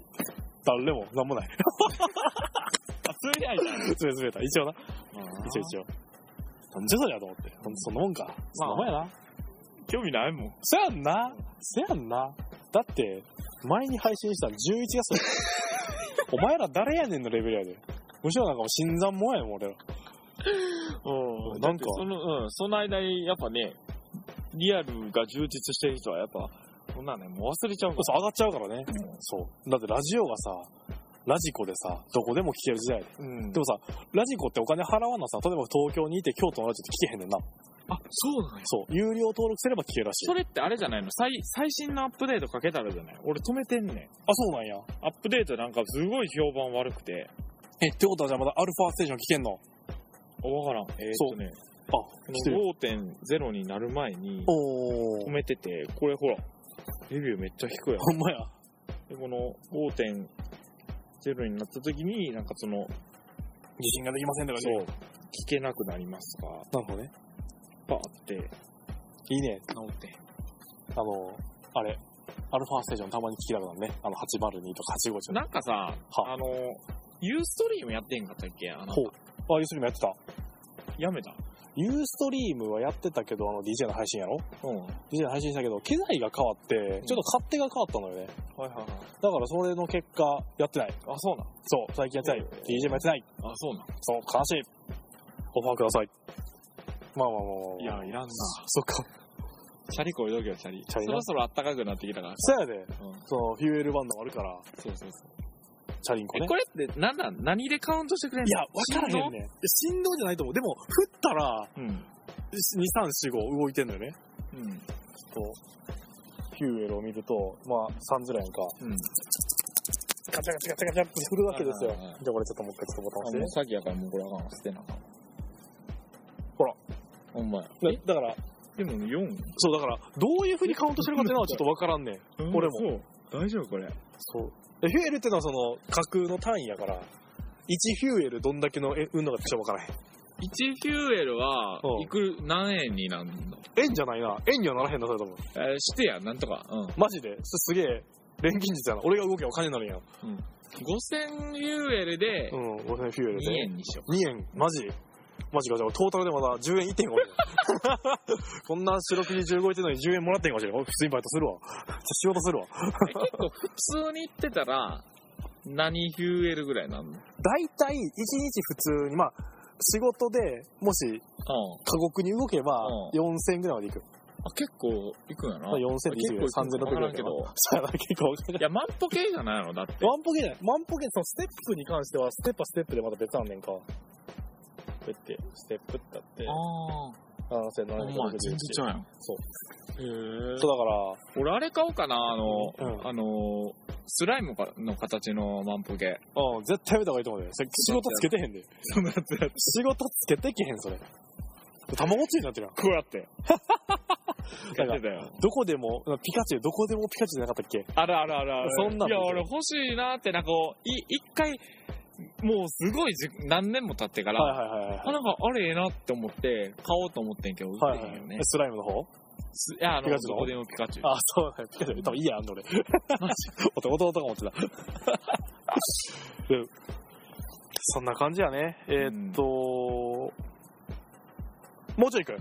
Speaker 2: 誰もなんもない。
Speaker 1: つぶやいた。
Speaker 2: つぶやつぶやいた。一応な。一応
Speaker 1: 応。
Speaker 2: 一応。なんじゃそりゃと思って。ほんとそんなもんか。そんなもんやな。
Speaker 1: 興味ないもん。
Speaker 2: そやんな。そやんな。だって、前に配信したの11月 だよお前ら誰やねんのレベルやで。むしろなんかもう新参もんやもん、俺ら。
Speaker 1: う
Speaker 2: なんか
Speaker 1: その、うん、その間に、やっぱね、リアルが充実してる人は、やっぱ、そんなね、もう忘れちゃうか
Speaker 2: そう、上がっちゃうからね。そう。だってラジオがさ、ラジコでさ、どこでも聞ける時代やで。
Speaker 1: ら。うん
Speaker 2: でもさ、ラジコってお金払わなさ、例えば東京にいて京都のラジオって聞けへんねんな。
Speaker 1: あ、そうなんや。
Speaker 2: そう。有料登録すれば聞けるらしい
Speaker 1: そ。れってあれじゃないの最最新のアップデートかけたらじゃない俺止めてんねん。
Speaker 2: あ、そうなんや。
Speaker 1: アップデートなんかすごい評判悪くて。
Speaker 2: え、ってことはじゃあまだアルファステーション聞けんの
Speaker 1: あわからん。えー、っとね、
Speaker 2: あ、来てる。
Speaker 1: この5.0になる前に
Speaker 2: お
Speaker 1: 止
Speaker 2: ー。
Speaker 1: めてて、これほら、レビューめっちゃ低いやん
Speaker 2: ほんまや。
Speaker 1: で、この5.0になった時に、なんかその、
Speaker 2: 自信ができませんとか
Speaker 1: そ
Speaker 2: ね。
Speaker 1: う、聞けなくなりますか、
Speaker 2: なるほどね。
Speaker 1: バーって、
Speaker 2: いいね。
Speaker 1: 直って。
Speaker 2: あの、あれ、アルファステーションたまに聞きたくなるね。あの、802とか850。
Speaker 1: なんかさ、
Speaker 2: は
Speaker 1: あの、ユーストリームやってんかったっけあの
Speaker 2: ほ、う。あ、ユーストリームやってた。
Speaker 1: やめた。
Speaker 2: ユーストリームはやってたけど、あの、DJ の配信やろ
Speaker 1: うん。はい
Speaker 2: ?DJ の配信したけど、機材が変わって、ちょっと勝手が変わったのよね。
Speaker 1: はいはい。
Speaker 2: だからそれの結果、やってない。
Speaker 1: あ、そうなん。
Speaker 2: そう、最近やってない。
Speaker 1: うん
Speaker 2: DJ もやってない。
Speaker 1: あ、そうなん。
Speaker 2: そう、悲しい。オファーください。まあまあまあまあまあ。
Speaker 1: いや、いらんな。
Speaker 2: そっか。
Speaker 1: シャリこいどけよ、シャリ。
Speaker 2: シャリ
Speaker 1: そ
Speaker 2: な
Speaker 1: ろそろ暖かくなってきたから。
Speaker 2: そやで、
Speaker 1: うん
Speaker 2: そのフューエルバンドもあるから、
Speaker 1: そうそうそう。
Speaker 2: チャリンコね
Speaker 1: え、。これって、なんだ、何でカウントしてくれんの
Speaker 2: いや、わからへんね。振動じゃないと思う。でも、振ったら、
Speaker 1: うん。
Speaker 2: 2、3、4、5動いてんのよね。
Speaker 1: うん。
Speaker 2: と、フューエルを見ると、まあ、3ずらやんか。
Speaker 1: うん。
Speaker 2: ガチャガチャガチャガチャって振るわけですよ。
Speaker 1: は
Speaker 2: じ
Speaker 1: い
Speaker 2: ゃ
Speaker 1: はいはい
Speaker 2: あこれちょっともう一回ちょっとボタン
Speaker 1: あ、
Speaker 2: 押
Speaker 1: もう
Speaker 2: し
Speaker 1: 詐欺やからもうこれあかんわ。捨てなあかんわ。
Speaker 2: ほら。
Speaker 1: ほんまや。
Speaker 2: て。だだから、
Speaker 1: え、でも4。
Speaker 2: そう、だから、どういうふうにカウントしてるかっていうのはちょっとわからんねん。俺も
Speaker 1: そう。大丈夫これ。
Speaker 2: そう。でフューエルってのはその、架空の単位やから、1フューエルどんだけのえ運動がちょっとわからへん。
Speaker 1: 1フューエルは
Speaker 2: うん、
Speaker 1: いく、何円になんの
Speaker 2: 円じゃないな。円にはならへんな、それとも。
Speaker 1: えー、してや、なんとか。うん。
Speaker 2: マジで。すすげえ、錬金術やな。俺が動けばお金になるやん。
Speaker 1: 5000フューエルで
Speaker 2: う、ん、5000フューエルで。
Speaker 1: 2円にしよ
Speaker 2: 2円マジマジかじゃあトータルでまだ10円1.5円 こんな四六時中動いてるのに10円もらってんかもしれん俺普通にバイトするわ仕事するわ
Speaker 1: う。え結構普通に言ってたら、何フューエルぐらいなんのうん。
Speaker 2: 大体1日普通にまあ仕事でもし過酷に動けば
Speaker 1: うん
Speaker 2: 4000円ぐらいまでいくよ、
Speaker 1: あ、結構いくんやな。
Speaker 2: まあ、4000でいくよ
Speaker 1: 結構行く
Speaker 2: 3600円
Speaker 1: わからんけど
Speaker 2: そうやな結構わかんない
Speaker 1: いや、万歩計じゃないのだって。
Speaker 2: ワンポケじゃないワンポケそのステップに関してはステップはステップでまた別なんねんかこうやってステップってあって
Speaker 1: ああ。お前、全然ちゃうやん。。
Speaker 2: そう
Speaker 1: へえ。
Speaker 2: そうだから
Speaker 1: 俺、あれ買おうかな、あの、
Speaker 2: うん
Speaker 1: あの、スライムかの形の万歩計。
Speaker 2: うん、絶対やめた方がいいと思うよ。それ仕事つけてへんで。
Speaker 1: そのやつやつ。
Speaker 2: 仕事つけてけへん、それ。卵ついになってるやん。
Speaker 1: こうやって。
Speaker 2: だ
Speaker 1: や
Speaker 2: か
Speaker 1: って
Speaker 2: ら、
Speaker 1: たよ。
Speaker 2: どこでも、ピカチュウ、どこでもピカチュウじゃなかったっけ
Speaker 1: あるあるあるある。
Speaker 2: そんな
Speaker 1: い
Speaker 2: んでし
Speaker 1: や、
Speaker 2: ょ
Speaker 1: 俺欲しいなって、なんかこう、い、一回、もうすごいじ何年も経ってから、
Speaker 2: はいはいはい
Speaker 1: あ、なんか、あれええなって思って、買おうと思ってんけど、売
Speaker 2: は
Speaker 1: っ
Speaker 2: い。
Speaker 1: てへ
Speaker 2: は
Speaker 1: ん
Speaker 2: い
Speaker 1: よ
Speaker 2: は
Speaker 1: ね
Speaker 2: い。。スライムの方
Speaker 1: すいや、あの、
Speaker 2: ピ
Speaker 1: ど
Speaker 2: カチュウ
Speaker 1: こでもピカチュウ。
Speaker 2: あ、そうだよ。ピカチュウ多分いいやん、俺。 弟とか持ってた。でそんな感じやね。えーっと、もうちょい行く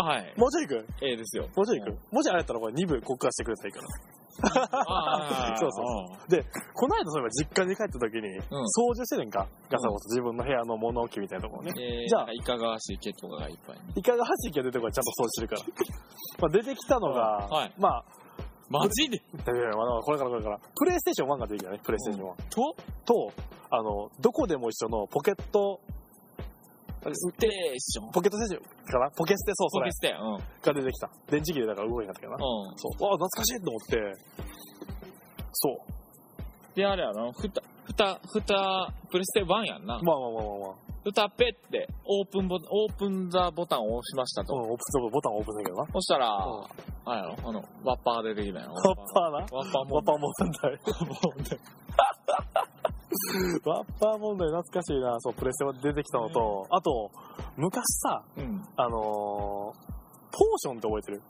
Speaker 1: はい。
Speaker 2: もうちょい行く
Speaker 1: ええです よ。
Speaker 2: もうちょい行くもうちょいあれやったらこれ2部こっからしてくれたらいいから。
Speaker 1: ああ、
Speaker 2: そうそうこの間そういえば実家に帰った時に、
Speaker 1: ん
Speaker 2: 掃除してるんかガサゴサ自分の部屋の物置みたいなところね。
Speaker 1: う。えー、
Speaker 2: じ
Speaker 1: じ
Speaker 2: ゃ
Speaker 1: ゃ
Speaker 2: あ
Speaker 1: あ、いかがわしい毛とかがいっぱい。
Speaker 2: イカがはじきが出てこい、ちゃんと掃除してるから。 まあ出てきたのが、
Speaker 1: はい。
Speaker 2: まあ、
Speaker 1: マジで
Speaker 2: いやいやまあこれからこれから。プレイステーション1が出てきたね、プレイステーション1。
Speaker 1: と、
Speaker 2: と、あの、どこでも一緒のポケット、
Speaker 1: ステーション。
Speaker 2: ポケット選手かなポケステ、そう、そ
Speaker 1: ポ
Speaker 2: れ
Speaker 1: ケステうん。うん。
Speaker 2: が出てきた。電池切れだから動いなかったかな。そう。ああ、懐かしいと思って。そう。
Speaker 1: で、あれやろ、ふた、ふた、ふた、プレステ1やんな。
Speaker 2: まあまあまあまあまあ。
Speaker 1: ふたペって、オープンボ、オープンザボタンを押しました
Speaker 2: う
Speaker 1: と。
Speaker 2: ん、オープンボタンオープンだけどな。
Speaker 1: そしたら、
Speaker 2: うん
Speaker 1: あれやろ、あの、ワッパー出てきたやん。ワ
Speaker 2: ワッパーな。
Speaker 1: ワッパーも
Speaker 2: ワッパー問題。ワッパー問題懐かしいな。そう、プレステが出てきたのと、あと、昔さ、
Speaker 1: うん。
Speaker 2: あのー、ポーションって覚えてる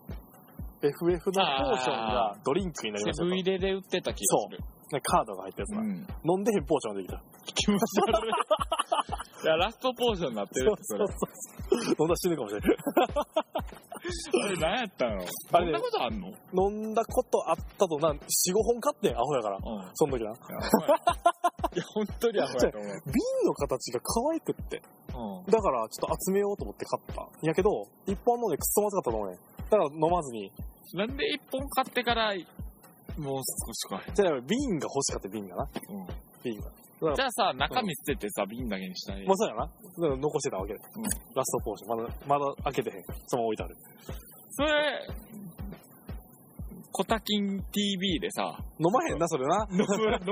Speaker 2: ?FF のポーションがドリンクになりました
Speaker 1: セブンイレで売ってた気がする。
Speaker 2: ねカードが入ったやつ
Speaker 1: う
Speaker 2: な。
Speaker 1: ん。
Speaker 2: 飲んでへんポーションができた。
Speaker 1: 気持ち悪い。いや、ラストポーションになってるってそれ。
Speaker 2: 飲んだら死ぬかもしれない。
Speaker 1: あれ何やったの
Speaker 2: あ
Speaker 1: そ
Speaker 2: れ
Speaker 1: ん
Speaker 2: ね
Speaker 1: なことあんのうん。
Speaker 2: 飲んだことあったとなん、4、5本買ってん、アホやから。その時な。
Speaker 1: いやほんまやいや、本当にアホやと思
Speaker 2: 瓶の形が可愛くって。
Speaker 1: う。
Speaker 2: だから、ちょっと集めようと思って買った。やけど、一本飲んでくっそまずかったと思うねん。だから飲まずに。
Speaker 1: うん。なんで一本買ってから、もう少しか。
Speaker 2: じゃあ、瓶が欲しかった瓶がな。
Speaker 1: うん。
Speaker 2: 瓶が。
Speaker 1: じゃあさ、中身捨ててさ、瓶だけにしたい。
Speaker 2: まあ、そうやな。だから残してたわけで。
Speaker 1: ん
Speaker 2: ラストポーション。まだ、まだ開けてへん。そのまま置いてある。
Speaker 1: それ、コタキン TV でさ、
Speaker 2: 飲まへんな、それな。
Speaker 1: 飲む、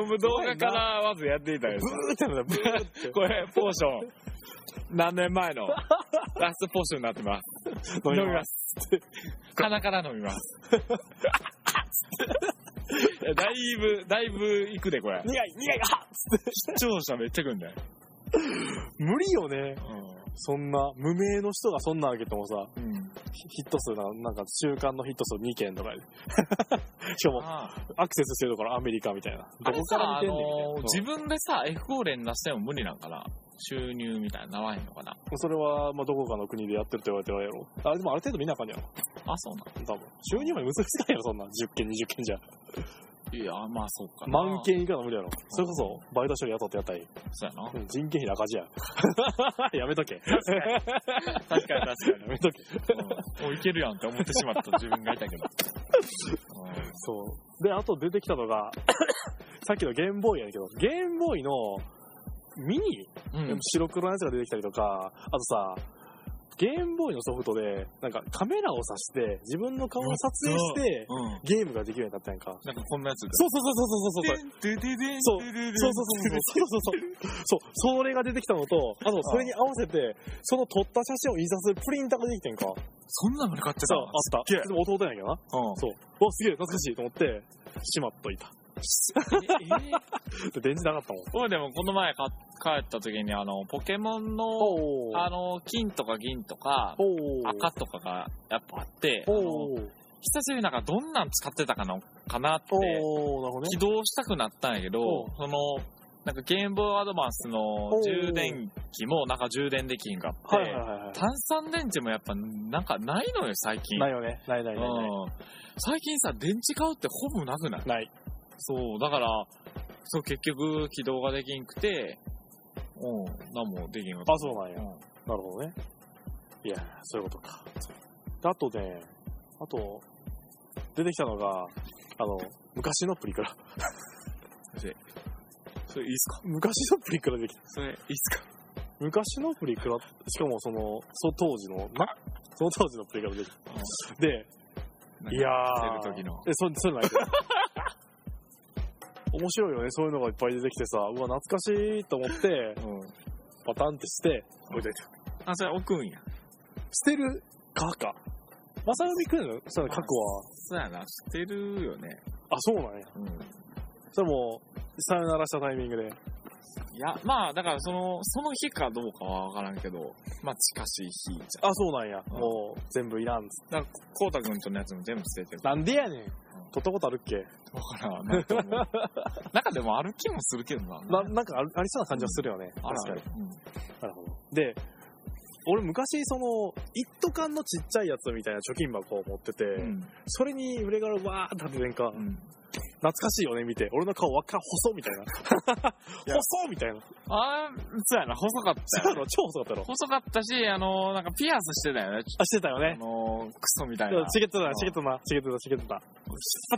Speaker 1: 飲む動画からまずやっていた
Speaker 2: ブ
Speaker 1: よ。
Speaker 2: ーってやるな、ブーって。。
Speaker 1: これ、ポーション。何年前の、ラストポーションになってます。飲みますす。鼻から飲みます。 いやだいぶ、だいぶいくで、これ。
Speaker 2: 苦い、苦い、あっ
Speaker 1: 視聴者めっちゃくんだよ。
Speaker 2: 無理よね。そんな、無名の人がそんなん開けてもさ、
Speaker 1: うん。うん。
Speaker 2: ヒット数なんか、なんか週間のヒット数2件とかで。しかも、
Speaker 1: あー
Speaker 2: アクセスしてるところアメリカみたいな。
Speaker 1: あ
Speaker 2: ど
Speaker 1: れ
Speaker 2: こ
Speaker 1: さ、
Speaker 2: から
Speaker 1: あ
Speaker 2: 見てんねんみたいな
Speaker 1: の
Speaker 2: う
Speaker 1: ー
Speaker 2: ん。
Speaker 1: 自分でさ、F5 連打しても無理なんかな収入みたいな、ならへんのかな
Speaker 2: それは、まあ、どこかの国でやってるって言われてるやろ。あれでもある程度見なあかんやろ。
Speaker 1: あ、そうな
Speaker 2: 多分。収入まで結びつかんやろ、そんなん。10件、20件じゃ。
Speaker 1: のいや、まあそうかな。
Speaker 2: 万件以下の無理やろ。それこそ、バイト処理雇ってやったり。
Speaker 1: そうやな。
Speaker 2: うん人件費の赤字 や。やめとけ。
Speaker 1: 確かに確 か
Speaker 2: やめとけ。
Speaker 1: に。もういけるやんって思ってしまった自分がいたけど。
Speaker 2: そう。で、あと出てきたの が、さっきのゲームボーイやねんけど、ゲームボーイのミニ
Speaker 1: うん。
Speaker 2: 白黒のやつが出てきたりとか、あとさ、ゲームボーイのソフトで、なんかカメラを挿して、自分の顔を撮影して、
Speaker 1: うん。
Speaker 2: ゲームができるようになったやんか。
Speaker 1: なんかこんなやつで。
Speaker 2: そうそうそうそうそうそうそう。
Speaker 1: でんででん
Speaker 2: そう
Speaker 1: でででん
Speaker 2: そうそうそうそうそう。そう、それが出てきたのと、あとそれに合わせて、その撮った写真を印刷するプリンターができてんか。
Speaker 1: そんなの買ってた
Speaker 2: そう、あっ
Speaker 1: すげえ
Speaker 2: た。でも弟やんけどな。そう。お、すげえ、懐かしいと思って、しまっといた。
Speaker 1: うん。ええ
Speaker 2: で電池なかったもん。
Speaker 1: 僕でもこの前か帰った時にあの、ポケモンの、
Speaker 2: お
Speaker 1: あの、金とか銀とか、
Speaker 2: おー
Speaker 1: 赤とかがやっぱあって、あの
Speaker 2: おー
Speaker 1: 久しぶりになんかどんなん使ってたかのかなって
Speaker 2: おー、なるほどね
Speaker 1: 起。動したくなったんやけど
Speaker 2: おう、
Speaker 1: その、なんかゲームボーイアドバンスの
Speaker 2: う
Speaker 1: 充電器もなんか充電できんがあって、
Speaker 2: はいはいはいはい。
Speaker 1: 炭酸電池もやっぱなんかないのよ、最近。
Speaker 2: ないよね。ないないうないない。
Speaker 1: ん、最近さ、電池買うってほぼなくない
Speaker 2: ない。
Speaker 1: そう、だから、そう、結局起動ができんくて、うん、なんもできんかった。
Speaker 2: あ、そうなんや。
Speaker 1: うん
Speaker 2: なるほどね。いや、そういうことか。あとね、あと、出てきたのが、あの、昔のプリクラ。
Speaker 1: それいいっすか
Speaker 2: 昔のプリクラできた。
Speaker 1: それいいっすか
Speaker 2: 昔のプリクラ、しかもその、その当時の、なその当時のプリクラできた。で、いやー。
Speaker 1: 出る時の。
Speaker 2: え、そ、それないけど 面白いよね、そういうのがいっぱい出てきてさ、うわ、懐かしいと思って、
Speaker 1: うん。
Speaker 2: パタンってして、置いといて。
Speaker 1: あ、それ置くんや。
Speaker 2: 捨てるかか。まさよみくんのその過去は、
Speaker 1: そうやな、してるよね。
Speaker 2: あ、そうなんや。
Speaker 1: うん。
Speaker 2: それも、さよならしたタイミングで。
Speaker 1: いいや、まあ、だからその、その日かどうかはわからんけど、まあ、近しい日じゃん。
Speaker 2: あ、そうなんや。
Speaker 1: うん
Speaker 2: もう、全部いらんっつっ
Speaker 1: だから、こうたくんとのやつも全部捨ててる
Speaker 2: て。なんでやねん。取ったことあるっけ
Speaker 1: わからん。なんかもうなんかでも歩きもするけどな。
Speaker 2: ななんかあるありそうな感じはするよね。
Speaker 1: あ
Speaker 2: 確かに
Speaker 1: る。あるうん
Speaker 2: なるほど。で、俺昔、その、一斗缶のちっちゃいやつみたいな貯金箱を持ってて、
Speaker 1: うん
Speaker 2: それに胸がわーって立ててんか、
Speaker 1: うん
Speaker 2: 懐かしいよね、見て。俺の顔わっか、細っみたいな。
Speaker 1: いや
Speaker 2: 細っみたいな。
Speaker 1: ああ、そうやな、細かった
Speaker 2: そう
Speaker 1: よ
Speaker 2: や。ろ超細かったやろ。
Speaker 1: 細かったし、あの、なんかピアスしてたよね。
Speaker 2: あ、してたよ
Speaker 1: あ
Speaker 2: ね。
Speaker 1: の、クソみたいな。
Speaker 2: ちげってた
Speaker 1: う
Speaker 2: な、
Speaker 1: ん
Speaker 2: ちげってたな、ちげってた、ちげってた。
Speaker 1: 引っ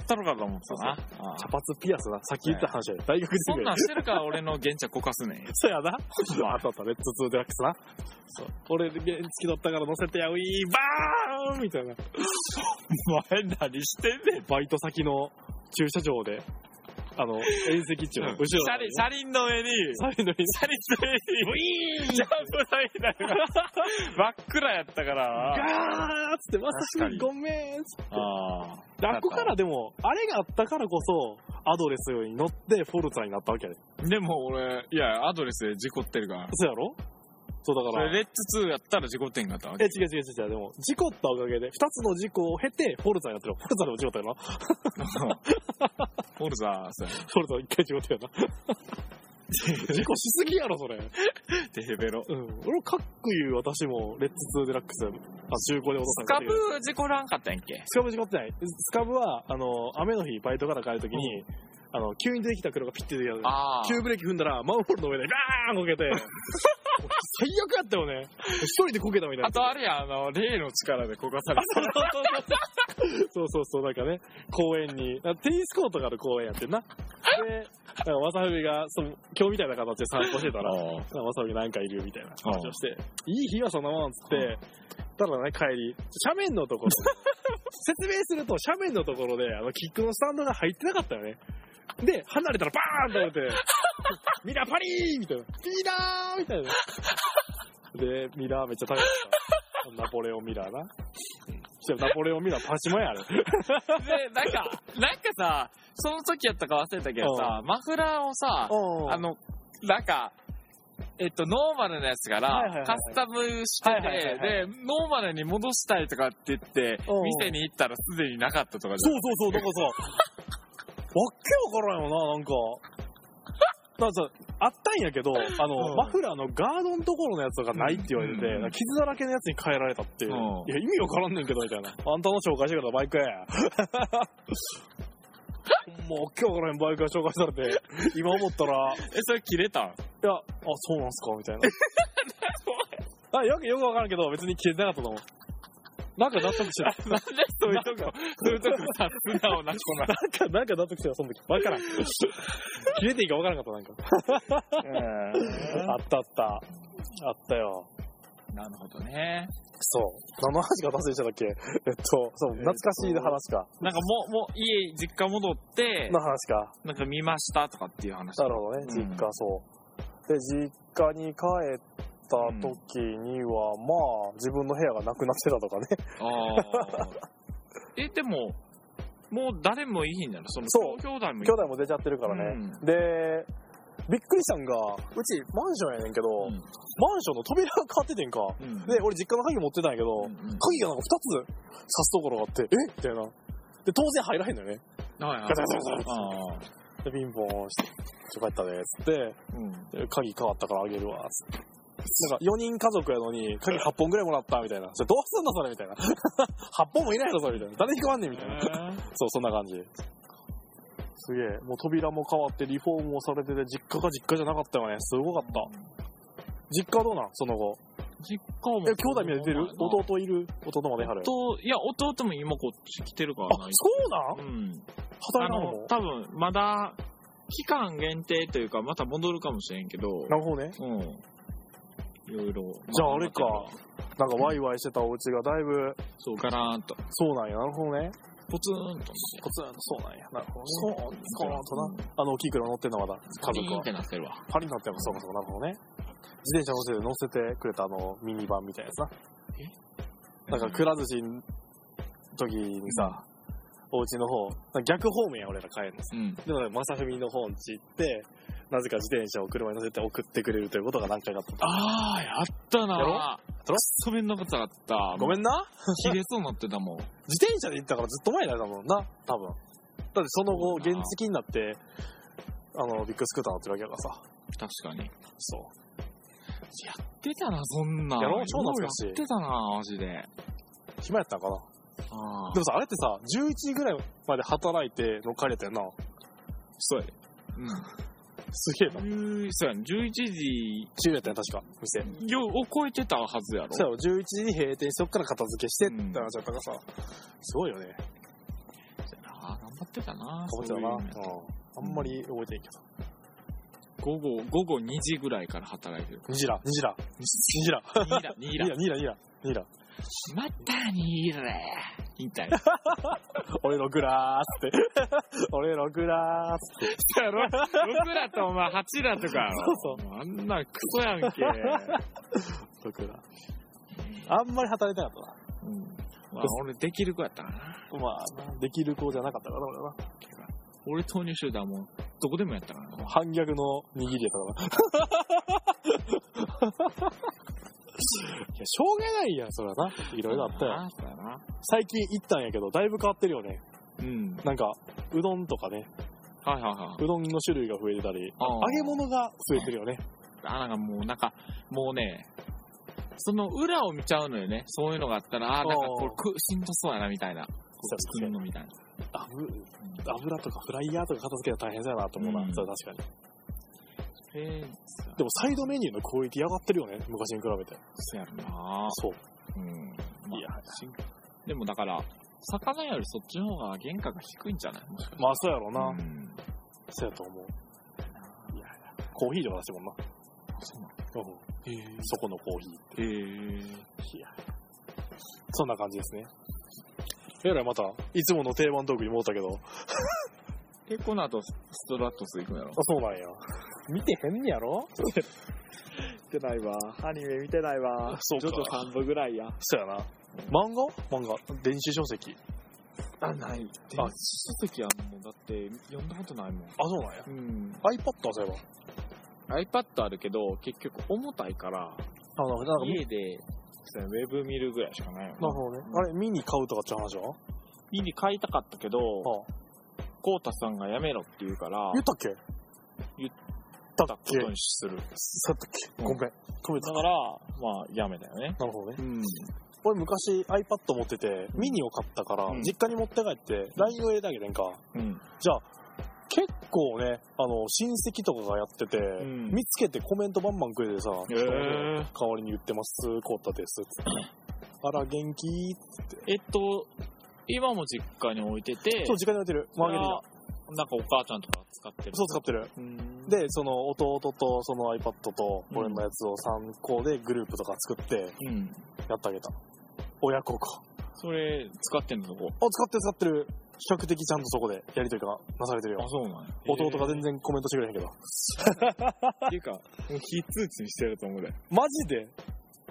Speaker 1: 張ったろかと思ったな。ああ
Speaker 2: 茶髪ピアスな、さっき言った話やで。大学時
Speaker 1: そん
Speaker 2: 代
Speaker 1: な。んしてるから俺の現茶こかすねん。
Speaker 2: そうやな。あったあった、レッツツーデラックスな。そう。俺、付き取ったから乗せてや、ウィー、バーンみたいな。
Speaker 1: お前何してんねん。
Speaker 2: バイト先の駐車場で、あの、遠赤中の後ろ
Speaker 1: 車輪、車輪の上に、
Speaker 2: サインのに
Speaker 1: 車輪の上に、ジャンプ台だから、真っ暗やったから。
Speaker 2: ガーッつって、まさ
Speaker 1: 確か
Speaker 2: に
Speaker 1: に
Speaker 2: ごめんっつって。
Speaker 1: ああ。
Speaker 2: であっこからでも、あれがあったからこそ、アドレスに乗ってフォルツァになったわけやで。
Speaker 1: でも俺、いや、アドレスで事故ってるから。
Speaker 2: そうやろそうだ
Speaker 1: そ
Speaker 2: から。
Speaker 1: れレッツ2やったら事故ってんかったわ
Speaker 2: え、
Speaker 1: け
Speaker 2: 違。う違う違う違う。でも、事故ったおかげで、二つの事故を経て、フォルツァになってる。フォルツァでも事故ったよな。
Speaker 1: フォルザー、そうや
Speaker 2: フォルツァ一回事 故ったよな。事故しすぎやろ、それ。う
Speaker 1: なテヘベロ。
Speaker 2: ん。俺もかっこいい私も、レッツ2デラックス、あ、中古で落と
Speaker 1: ス
Speaker 2: した
Speaker 1: カ
Speaker 2: んだけ
Speaker 1: ブ
Speaker 2: ど
Speaker 1: 事故らんかったんやっけ
Speaker 2: スカブ事故ってない。スカブは、あの、雨の日、バイトから帰るときに、あの、急に出てきた車がピッて出てきた。
Speaker 1: ああ。
Speaker 2: 急ブレーキ踏んだら、マンホールの上で、ガーンこけ て。もう最悪やったよね。一人でこけたみたいな
Speaker 1: あ。とあれや、あの、霊の力で焦がされてる。
Speaker 2: そうそうそう、なんかね、公園に、あテニスコートがある公園やってんな。で、なんか、わさふみが、その、今日みたいな形で散歩してたら、
Speaker 1: あ
Speaker 2: なんかわさふみなんかいるみたいな話をして、いい日はそのままっつって、ただね、帰り、斜面のとこ ろ、説明すると斜面のところで、あの、キックのスタンドが入ってなかったよね。で、離れたらバーンっ て折れて、ミラーパリーみたいな、ピーラーみたいな。で、ミラーめっちゃ高かった。ナポレオンミラ ーな。そしたらナポレオンミラーパチモンやあれ。
Speaker 1: で、なんか、なんかさ、その時やったか忘れたけどさ、マフラーをさ、 あ
Speaker 2: あの、
Speaker 1: の、なんか、えっと、ノーマルのやつか
Speaker 2: はいはいはいは
Speaker 1: ら
Speaker 2: い
Speaker 1: カスタムして
Speaker 2: はいはいはい
Speaker 1: て、で、ノーマルに戻したいとかって言って
Speaker 2: うん、
Speaker 1: 店に行ったらすでになかったとかじ
Speaker 2: そうそうそう、だから さ、わっけわからんよな、なんか。だからさ、あったんやけど、あの、
Speaker 1: うん
Speaker 2: マフラーのガードのところのやつがないって言われてて、
Speaker 1: うん
Speaker 2: なんか傷だらけのやつに変えられたっていう。
Speaker 1: うん
Speaker 2: いや、意味わからんねんけど、みたいな。あんたの紹介してくれたバイクや。もう、わっけわからんバイクが紹介されて、今思ったら、
Speaker 1: ゃん。え、それ切れたん
Speaker 2: いや、あ、そうなんすかみたい な。あ、よく、よくわからんけど、別に消えてなかったと思う。なんか納得して
Speaker 1: な
Speaker 2: た。
Speaker 1: んでそういうとこ、そういうとこさ、素直 な子なの
Speaker 2: なんか、なんか納得してた、その時。わ からん。切れていいかわからんかった、なんか。あったあった。あったよ。
Speaker 1: なるほどね。
Speaker 2: そう。何の話が達成しただっけ えっと、そう、懐かしい話か。
Speaker 1: なんかもう、もう家、実家戻って、
Speaker 2: の話か。
Speaker 1: なんか見ましたとかっていう話。
Speaker 2: なるほどね、
Speaker 1: う
Speaker 2: 実
Speaker 1: ん
Speaker 2: 家、そう。で、実家に帰った時には、まあ、自分の部屋がなくなってたとかね。
Speaker 1: あ あ。え、でも、もう誰もいい日になる。その、
Speaker 2: そう
Speaker 1: 兄弟もいい
Speaker 2: 兄弟も出ちゃってるからね。
Speaker 1: うん
Speaker 2: で、びっくりしたんが、うちマンションやねんけど、
Speaker 1: うん
Speaker 2: マンションの扉が変わっててんか。
Speaker 1: うん
Speaker 2: で、俺実家の鍵持ってたんやけど、
Speaker 1: うんうん
Speaker 2: 鍵がなんか2つ刺すところがあって、えみたいな。で、当然入らへんのよね。
Speaker 1: はいはい
Speaker 2: ガチャガチャガチャガチャ
Speaker 1: ああ
Speaker 2: で、ピンポン押して、ちょ、帰ったで、つって、
Speaker 1: うん
Speaker 2: で鍵変わったからあげるわ、つって。なんか4人家族やのに、鍵8本ぐらいもらった、みたいな。それどうすんのそれ、みたいな。8本もいないやろ、それ、みたいな。誰に変わんねん、みたいな。そう、そんな感じ。すげえ。もう扉も変わって、リフォームもされてて、実家が実家じゃなかったよね。すごかった。実家はどうなんその後。
Speaker 1: 実家も。
Speaker 2: え、兄弟みんな出てる弟いる弟まではる。
Speaker 1: と、いや、弟も今こっち来てるから
Speaker 2: あ、
Speaker 1: な。
Speaker 2: そうなん
Speaker 1: うん。あ
Speaker 2: 働いたの
Speaker 1: の、多分、まだ、期間限定というか、また戻るかもしれんけど、
Speaker 2: なるほどね。
Speaker 1: うん。いろいろ。
Speaker 2: じゃああれか
Speaker 1: ままた
Speaker 2: なんかワイワイしてたお家がだいぶ、
Speaker 1: そう、ガラーンと。
Speaker 2: そうなんや。なるほどね。
Speaker 1: ポツンと。
Speaker 2: ポツンとそうなんや。なるほどね。
Speaker 1: そう、
Speaker 2: そうなんだなあの、大きい車乗ってんのまだ、家
Speaker 1: 家
Speaker 2: 族
Speaker 1: 族
Speaker 2: は
Speaker 1: っ。てなってるわ。
Speaker 2: パリになってんのそうかそうか、なるほどね。自転車のせいで乗せてくれたあの、ミニバンみたいなさ。なんか、くら寿司の時にさ、お家の方、逆方面や、俺ら帰るの
Speaker 1: う
Speaker 2: さ。
Speaker 1: ん。
Speaker 2: でも、まさふみの方に行って、なぜか自転車を車に乗せて送ってくれるということが何回かあった。
Speaker 1: ああ、やったな
Speaker 2: やろ
Speaker 1: くっそ面倒くさかった。
Speaker 2: ごめんな
Speaker 1: 切れそうになってたもん。
Speaker 2: 自転車で行ったからずっと前だよ、多分な。多分。だってその後、原付になって、あの、ビッグスクーター乗ってるわけだからさ。
Speaker 1: 確かに。
Speaker 2: そう。
Speaker 1: やってたな、そんなん。
Speaker 2: やろう超懐かしい
Speaker 1: やってたな、マジで。
Speaker 2: 暇やったんかな。
Speaker 1: ああ
Speaker 2: でもさ、あれってさ、11時ぐらいまで働いて乗っかれたよな。
Speaker 1: そうやで。うん。
Speaker 2: すげえな。
Speaker 1: 10そうやん、11時
Speaker 2: 10やったよ、確か。店。
Speaker 1: よを超えてたはずやろ。
Speaker 2: そうよ、11時に閉店して、そっから片付けしてって
Speaker 1: うん
Speaker 2: なっちゃったからさ。すごいよね。
Speaker 1: ああ、頑張ってたな。
Speaker 2: かぼちゃだな。うん。あんまり覚えてないけ
Speaker 1: そういうの午後、午後2時ぐらいから働い てる。
Speaker 2: ど。ニジラ、ニジラ。ニジラ。
Speaker 1: ニーラ、ニ
Speaker 2: ニ
Speaker 1: ーラ。
Speaker 2: ラ、ニラ、ニラ。ニラ。
Speaker 1: またニーラや。み たいな。
Speaker 2: 俺のグラーっつって。 俺のグラーっつって。
Speaker 1: やろ ?6 だとお前8だとかやろ。
Speaker 2: そう
Speaker 1: そう。あんなクソやんけ。
Speaker 2: 僕ら。あんまり働いてなかっ
Speaker 1: うんまあ俺できる子やったな。
Speaker 2: たな。まあ、できる子じゃなかったからな、俺はな。
Speaker 1: 俺投入してたらもうどこでもやったからな。
Speaker 2: 反逆の握りやったからな。いや、しょうがないやん、それはな。いろいろあったよ。
Speaker 1: あそうやな。
Speaker 2: 最近行ったんやけど、だいぶ変わってるよね。
Speaker 1: うん。
Speaker 2: なんか、うどんとかね、。
Speaker 1: はいはいはいう
Speaker 2: どんの種類が増えてたり、
Speaker 1: あ
Speaker 2: 揚げ物が増えてるよね。
Speaker 1: あ、なんかもうなんか、もうね、その裏を見ちゃうのよね。そういうのがあったら、ああ、なんかこれくしんどそうやなみたいな。こ
Speaker 2: そ
Speaker 1: う
Speaker 2: う
Speaker 1: 作るのみたいな。
Speaker 2: 油油とかフライヤーとか片付けたら大変そうやなと思うな、
Speaker 1: うん
Speaker 2: それは確かに。
Speaker 1: えー、
Speaker 2: でもサイドメニューのクオリティ上がってるよね、昔に比べて。
Speaker 1: そうやろな。
Speaker 2: そう。
Speaker 1: うん。まあ
Speaker 2: いや、
Speaker 1: でもだから、魚よりそっちの方が原価が低いんじゃないもしかして
Speaker 2: まあそうやろうな、
Speaker 1: うん。
Speaker 2: そうやと思う。いやいやコーヒーとか出してもんな、
Speaker 1: そう
Speaker 2: うんそこのコーヒーっ
Speaker 1: へえ。
Speaker 2: て。いやそんな感じですね。えらいまた、いつもの定番トークに戻ったけど、あ、
Speaker 1: 結構な後、ストラットス行くんやろ。
Speaker 2: そうなんや。見てへんやろ
Speaker 1: 見てないわ。アニメ見てないわ
Speaker 2: そうか
Speaker 1: 3部ぐらいや。
Speaker 2: そうやな。漫画漫画。電子書籍。
Speaker 1: あ、ない。あ、書籍はもう、だって、読んだことないもん。
Speaker 2: あ、そうなんや。
Speaker 1: うん。
Speaker 2: iPad はそういえば。
Speaker 1: iPad あるけど、結局重たいから、
Speaker 2: あの、なんか、
Speaker 1: 家で、ウェブ見るぐらいしかないよ
Speaker 2: なるほどね。あれ、ミニ買うとかって話は
Speaker 1: 家に買いたかったけど、
Speaker 2: あ
Speaker 1: コウタさんがやめろって言うから
Speaker 2: 言、ったっけ
Speaker 1: 言った
Speaker 2: っ
Speaker 1: こと
Speaker 2: け
Speaker 1: にする。
Speaker 2: そうやったっ
Speaker 1: う
Speaker 2: け
Speaker 1: ん
Speaker 2: ごめん。ごめん
Speaker 1: だから、まあ、やめだよね。
Speaker 2: なるほどね。
Speaker 1: うん。
Speaker 2: 俺昔 iPad 持ってて、
Speaker 1: うん
Speaker 2: ミニを買ったから、
Speaker 1: うん
Speaker 2: 実家に持って帰って、LINE を入れてあげてんか。
Speaker 1: うん。
Speaker 2: じゃあ、結構ね、あの、親戚とかがやってて、
Speaker 1: ん
Speaker 2: 見つけてコメントバンバンくれてさ、
Speaker 1: へー
Speaker 2: 代わりに言ってます、こうた です、つって。あら、元気
Speaker 1: えっと、今も実家に置いてて、
Speaker 2: そう、時間に置いてる。マーゲリーナ。
Speaker 1: なんかお母ちゃんとか使ってる。
Speaker 2: そう、使ってる。
Speaker 1: うん
Speaker 2: で、その弟とその iPad と
Speaker 1: うん
Speaker 2: 俺のやつを参考でグループとか作って
Speaker 1: うん。
Speaker 2: やってあげた。親孝行。
Speaker 1: それ、使ってんのそこ。
Speaker 2: あ、使ってる使ってる。比較的ちゃんとそこでやりとりがなされてるよ。
Speaker 1: そうなんや。
Speaker 2: 弟が全然コメントしてくれへんけど。
Speaker 1: っていうか、もう非通知にしてると思うで。
Speaker 2: マジで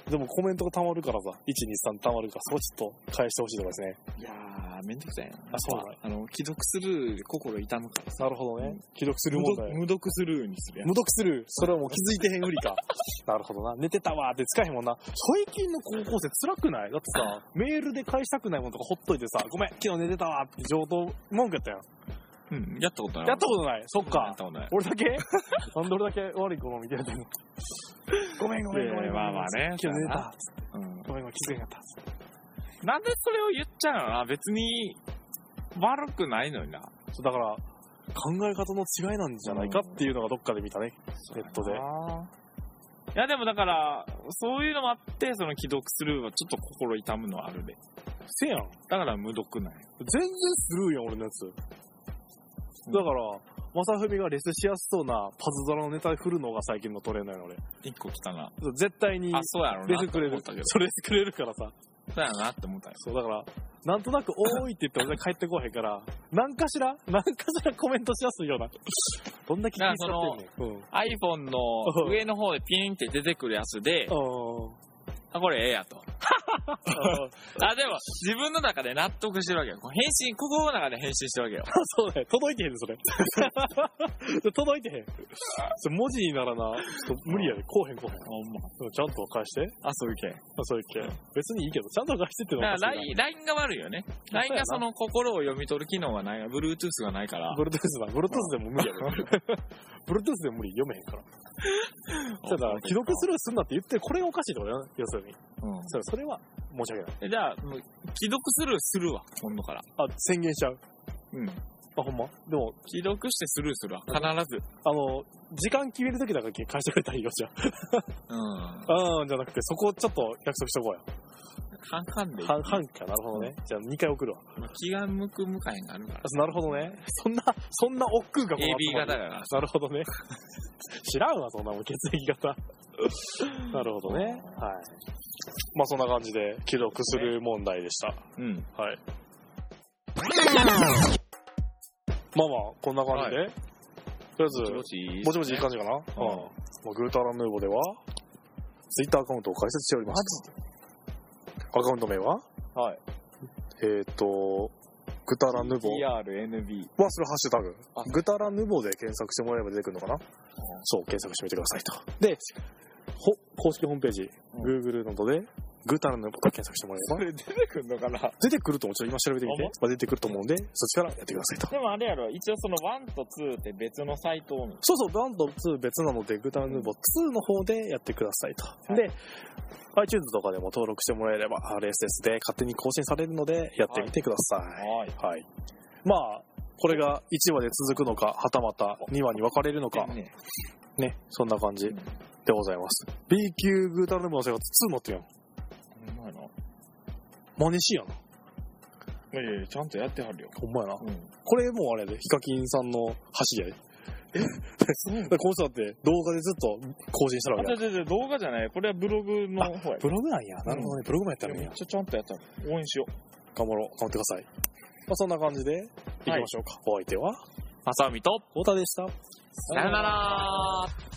Speaker 2: でもコメントが溜まるからさ、1、2、3溜まるから、そこちょっと返してほしいとかですね。
Speaker 1: いやー、めんどくさいな。
Speaker 2: あそうなの
Speaker 1: あの、既読する心痛むからさ。
Speaker 2: なるほど
Speaker 1: う
Speaker 2: ね
Speaker 1: ん。
Speaker 2: 既読する
Speaker 1: 無
Speaker 2: 問
Speaker 1: 読
Speaker 2: 題。
Speaker 1: 無読するにするやん
Speaker 2: 無。読する。それはもう気づいてへんふりか。 なるほどな。寝てたわーって使えへんもんな。最近の高校生辛くないだって さ、メールで返したくないもんとかほっといてさ、ごめん、昨日寝てたわーって上等文句やったよ。
Speaker 1: うん、やったことない。
Speaker 2: やったことない。そっ
Speaker 1: やっ
Speaker 2: か。
Speaker 1: たことない。
Speaker 2: 俺だけなんで俺だけ悪い子のみたいな。ごめんごめんごめんごめんごめん。
Speaker 1: まあまあね
Speaker 2: 昨日寝てた。
Speaker 1: うん。
Speaker 2: ごめんごめん、気づいなかった。
Speaker 1: なんでそれを言っちゃうのな別に、悪くないのにな。
Speaker 2: そうだから、考え方の違いなんじゃないかっていうのがどっかで見たね。ネットで。
Speaker 1: いやでもだから、そういうのもあって、その既読スルーはちょっと心痛むのはあるで。
Speaker 2: せやん。
Speaker 1: だから無毒ない。
Speaker 2: 全然スルーやん、俺のやつ。だから、まさふみがレスしやすそうなパズドラのネタ振るのが最近のトレーナーやん、俺。
Speaker 1: 一個来たな。
Speaker 2: そう絶対に
Speaker 1: あ、そうやろう
Speaker 2: レ
Speaker 1: な
Speaker 2: ス
Speaker 1: って
Speaker 2: くれ
Speaker 1: 思
Speaker 2: る
Speaker 1: っ。たけど。
Speaker 2: そう、レスくれるからさ。
Speaker 1: そうやなって思ったよ。
Speaker 2: そう、だから、なんとなく多いって言って俺が帰ってこうへんから、なんかしら、なんかしらコメントしやすいような。どんだけ気に使ってんねん。うん。
Speaker 1: iPhone の
Speaker 2: うん
Speaker 1: 上の方でピンって出てくるやつで、
Speaker 2: あ
Speaker 1: あ、これええやと。 あ、でも、自分の中で納得してるわけよ。こう返信、心の中で返信してるわけよ。
Speaker 2: そうだよ。届いてへんで、 それ。届いてへん。それ文字にならな、ちょっと無理やで。こうへん、こうへん。
Speaker 1: ほんま。
Speaker 2: うんちゃんと返して。
Speaker 1: あ、そういう系。
Speaker 2: あそういう系。別にいいけど、ちゃんと返してっ
Speaker 1: だ
Speaker 2: ての
Speaker 1: か
Speaker 2: は
Speaker 1: ら
Speaker 2: おかしいな
Speaker 1: LINE、LINE が悪いよね。
Speaker 2: あ
Speaker 1: LINE がそ
Speaker 2: そ
Speaker 1: うの心を読み取る機能がない。Bluetooth がないから。
Speaker 2: ブルートゥースだ。ブルートゥースでも無理やろ。 ブルートゥースでも無理。読めへんから。ただから、既読スルーすんなって言って、これがおかしいってことだよね。要するに。
Speaker 1: うん
Speaker 2: そうそれは、申し訳ない。
Speaker 1: えじゃあ、もう既読スルーするわ、今度から。
Speaker 2: あ、宣言しちゃう。
Speaker 1: うん。
Speaker 2: あ、ほんまでも、
Speaker 1: 既読してスルーするわ、必ず。
Speaker 2: あの、時間決めるときだけ返してくれたらいいよ、じゃ
Speaker 1: うん。
Speaker 2: あ。うん、じゃなくて、そこをちょっと約束しとこうよ。
Speaker 1: 半々でいい。
Speaker 2: 半々か、なるほどね。じゃあ、2回送るわ。
Speaker 1: まあ気が向く向かへんがあるから
Speaker 2: あ。なるほどね。そんな、そんな億劫がこの
Speaker 1: AB 型だ
Speaker 2: 頭に
Speaker 1: から。
Speaker 2: なるほどね。 知らんわ、そんなもん、血液型。 なるほどね。はい。まあ、そんな感じで、既読する問題でした。
Speaker 1: うん。
Speaker 2: はい。まあまあ、こんな感じで、とりあえず、
Speaker 1: もしいいっすね
Speaker 2: もちもちいい感じかな、うん
Speaker 1: ん
Speaker 2: まあ、グータラヌーボでは、ツイッターアカウントを開設しております。アカウント名は
Speaker 1: はい。
Speaker 2: えっ、と、グタラヌーボ
Speaker 1: TRNB。
Speaker 2: は、それハッシュタグ
Speaker 1: あ。
Speaker 2: グタラヌーボで検索してもらえば出てくるのかなそう、検索してみてくださいと。で、ほ公式ホームページ、
Speaker 1: うん
Speaker 2: Google などで、グタラヌーボと検索してもらえば
Speaker 1: こ、れ出てくんのかな
Speaker 2: 出てくると思う。ちょっと今調べてみ
Speaker 1: あ
Speaker 2: て
Speaker 1: ほん。
Speaker 2: まあ、出てくると思うんで、そっちからやってくださいと。
Speaker 1: でもあれやろ、一応その1と2って別のサイトを見
Speaker 2: そうそう、ワンとツー別なので、グータラヌーボー2の方でやってくださいと。
Speaker 1: い
Speaker 2: で、iTunes とかでも登録してもらえれば、RSS で勝手に更新されるので、やってみてください。
Speaker 1: はい。
Speaker 2: はい。まあ、これが1話で続くのか、はたまた2話に分かれるのか、
Speaker 1: ね
Speaker 2: ね、そんな感じ
Speaker 1: うん
Speaker 2: でございます。B 級グータラヌーボーの生活2持ってるやん。
Speaker 1: ほんまやな。
Speaker 2: マネしやな。
Speaker 1: いやいやちゃんとやってはるよ。
Speaker 2: ほんまやな。
Speaker 1: うん。
Speaker 2: これもうあれやで、ヒカキンさんの走りやで。 だからこの人だって動画でずっと更新した
Speaker 1: あ、
Speaker 2: わけ
Speaker 1: じゃ
Speaker 2: や。
Speaker 1: じゃじゃ動画じゃない。これはブログの方や。
Speaker 2: ブログなんや。なるほどね。ブログもやったらいいん
Speaker 1: めっ
Speaker 2: や。
Speaker 1: ちゃちゃんとやったの。応援しよう。
Speaker 2: 頑張ろう。頑張ってください。まあ、そんな感じで、行きましょうか。お相手は、
Speaker 1: まさみと、
Speaker 2: 太田でした。
Speaker 1: さよなら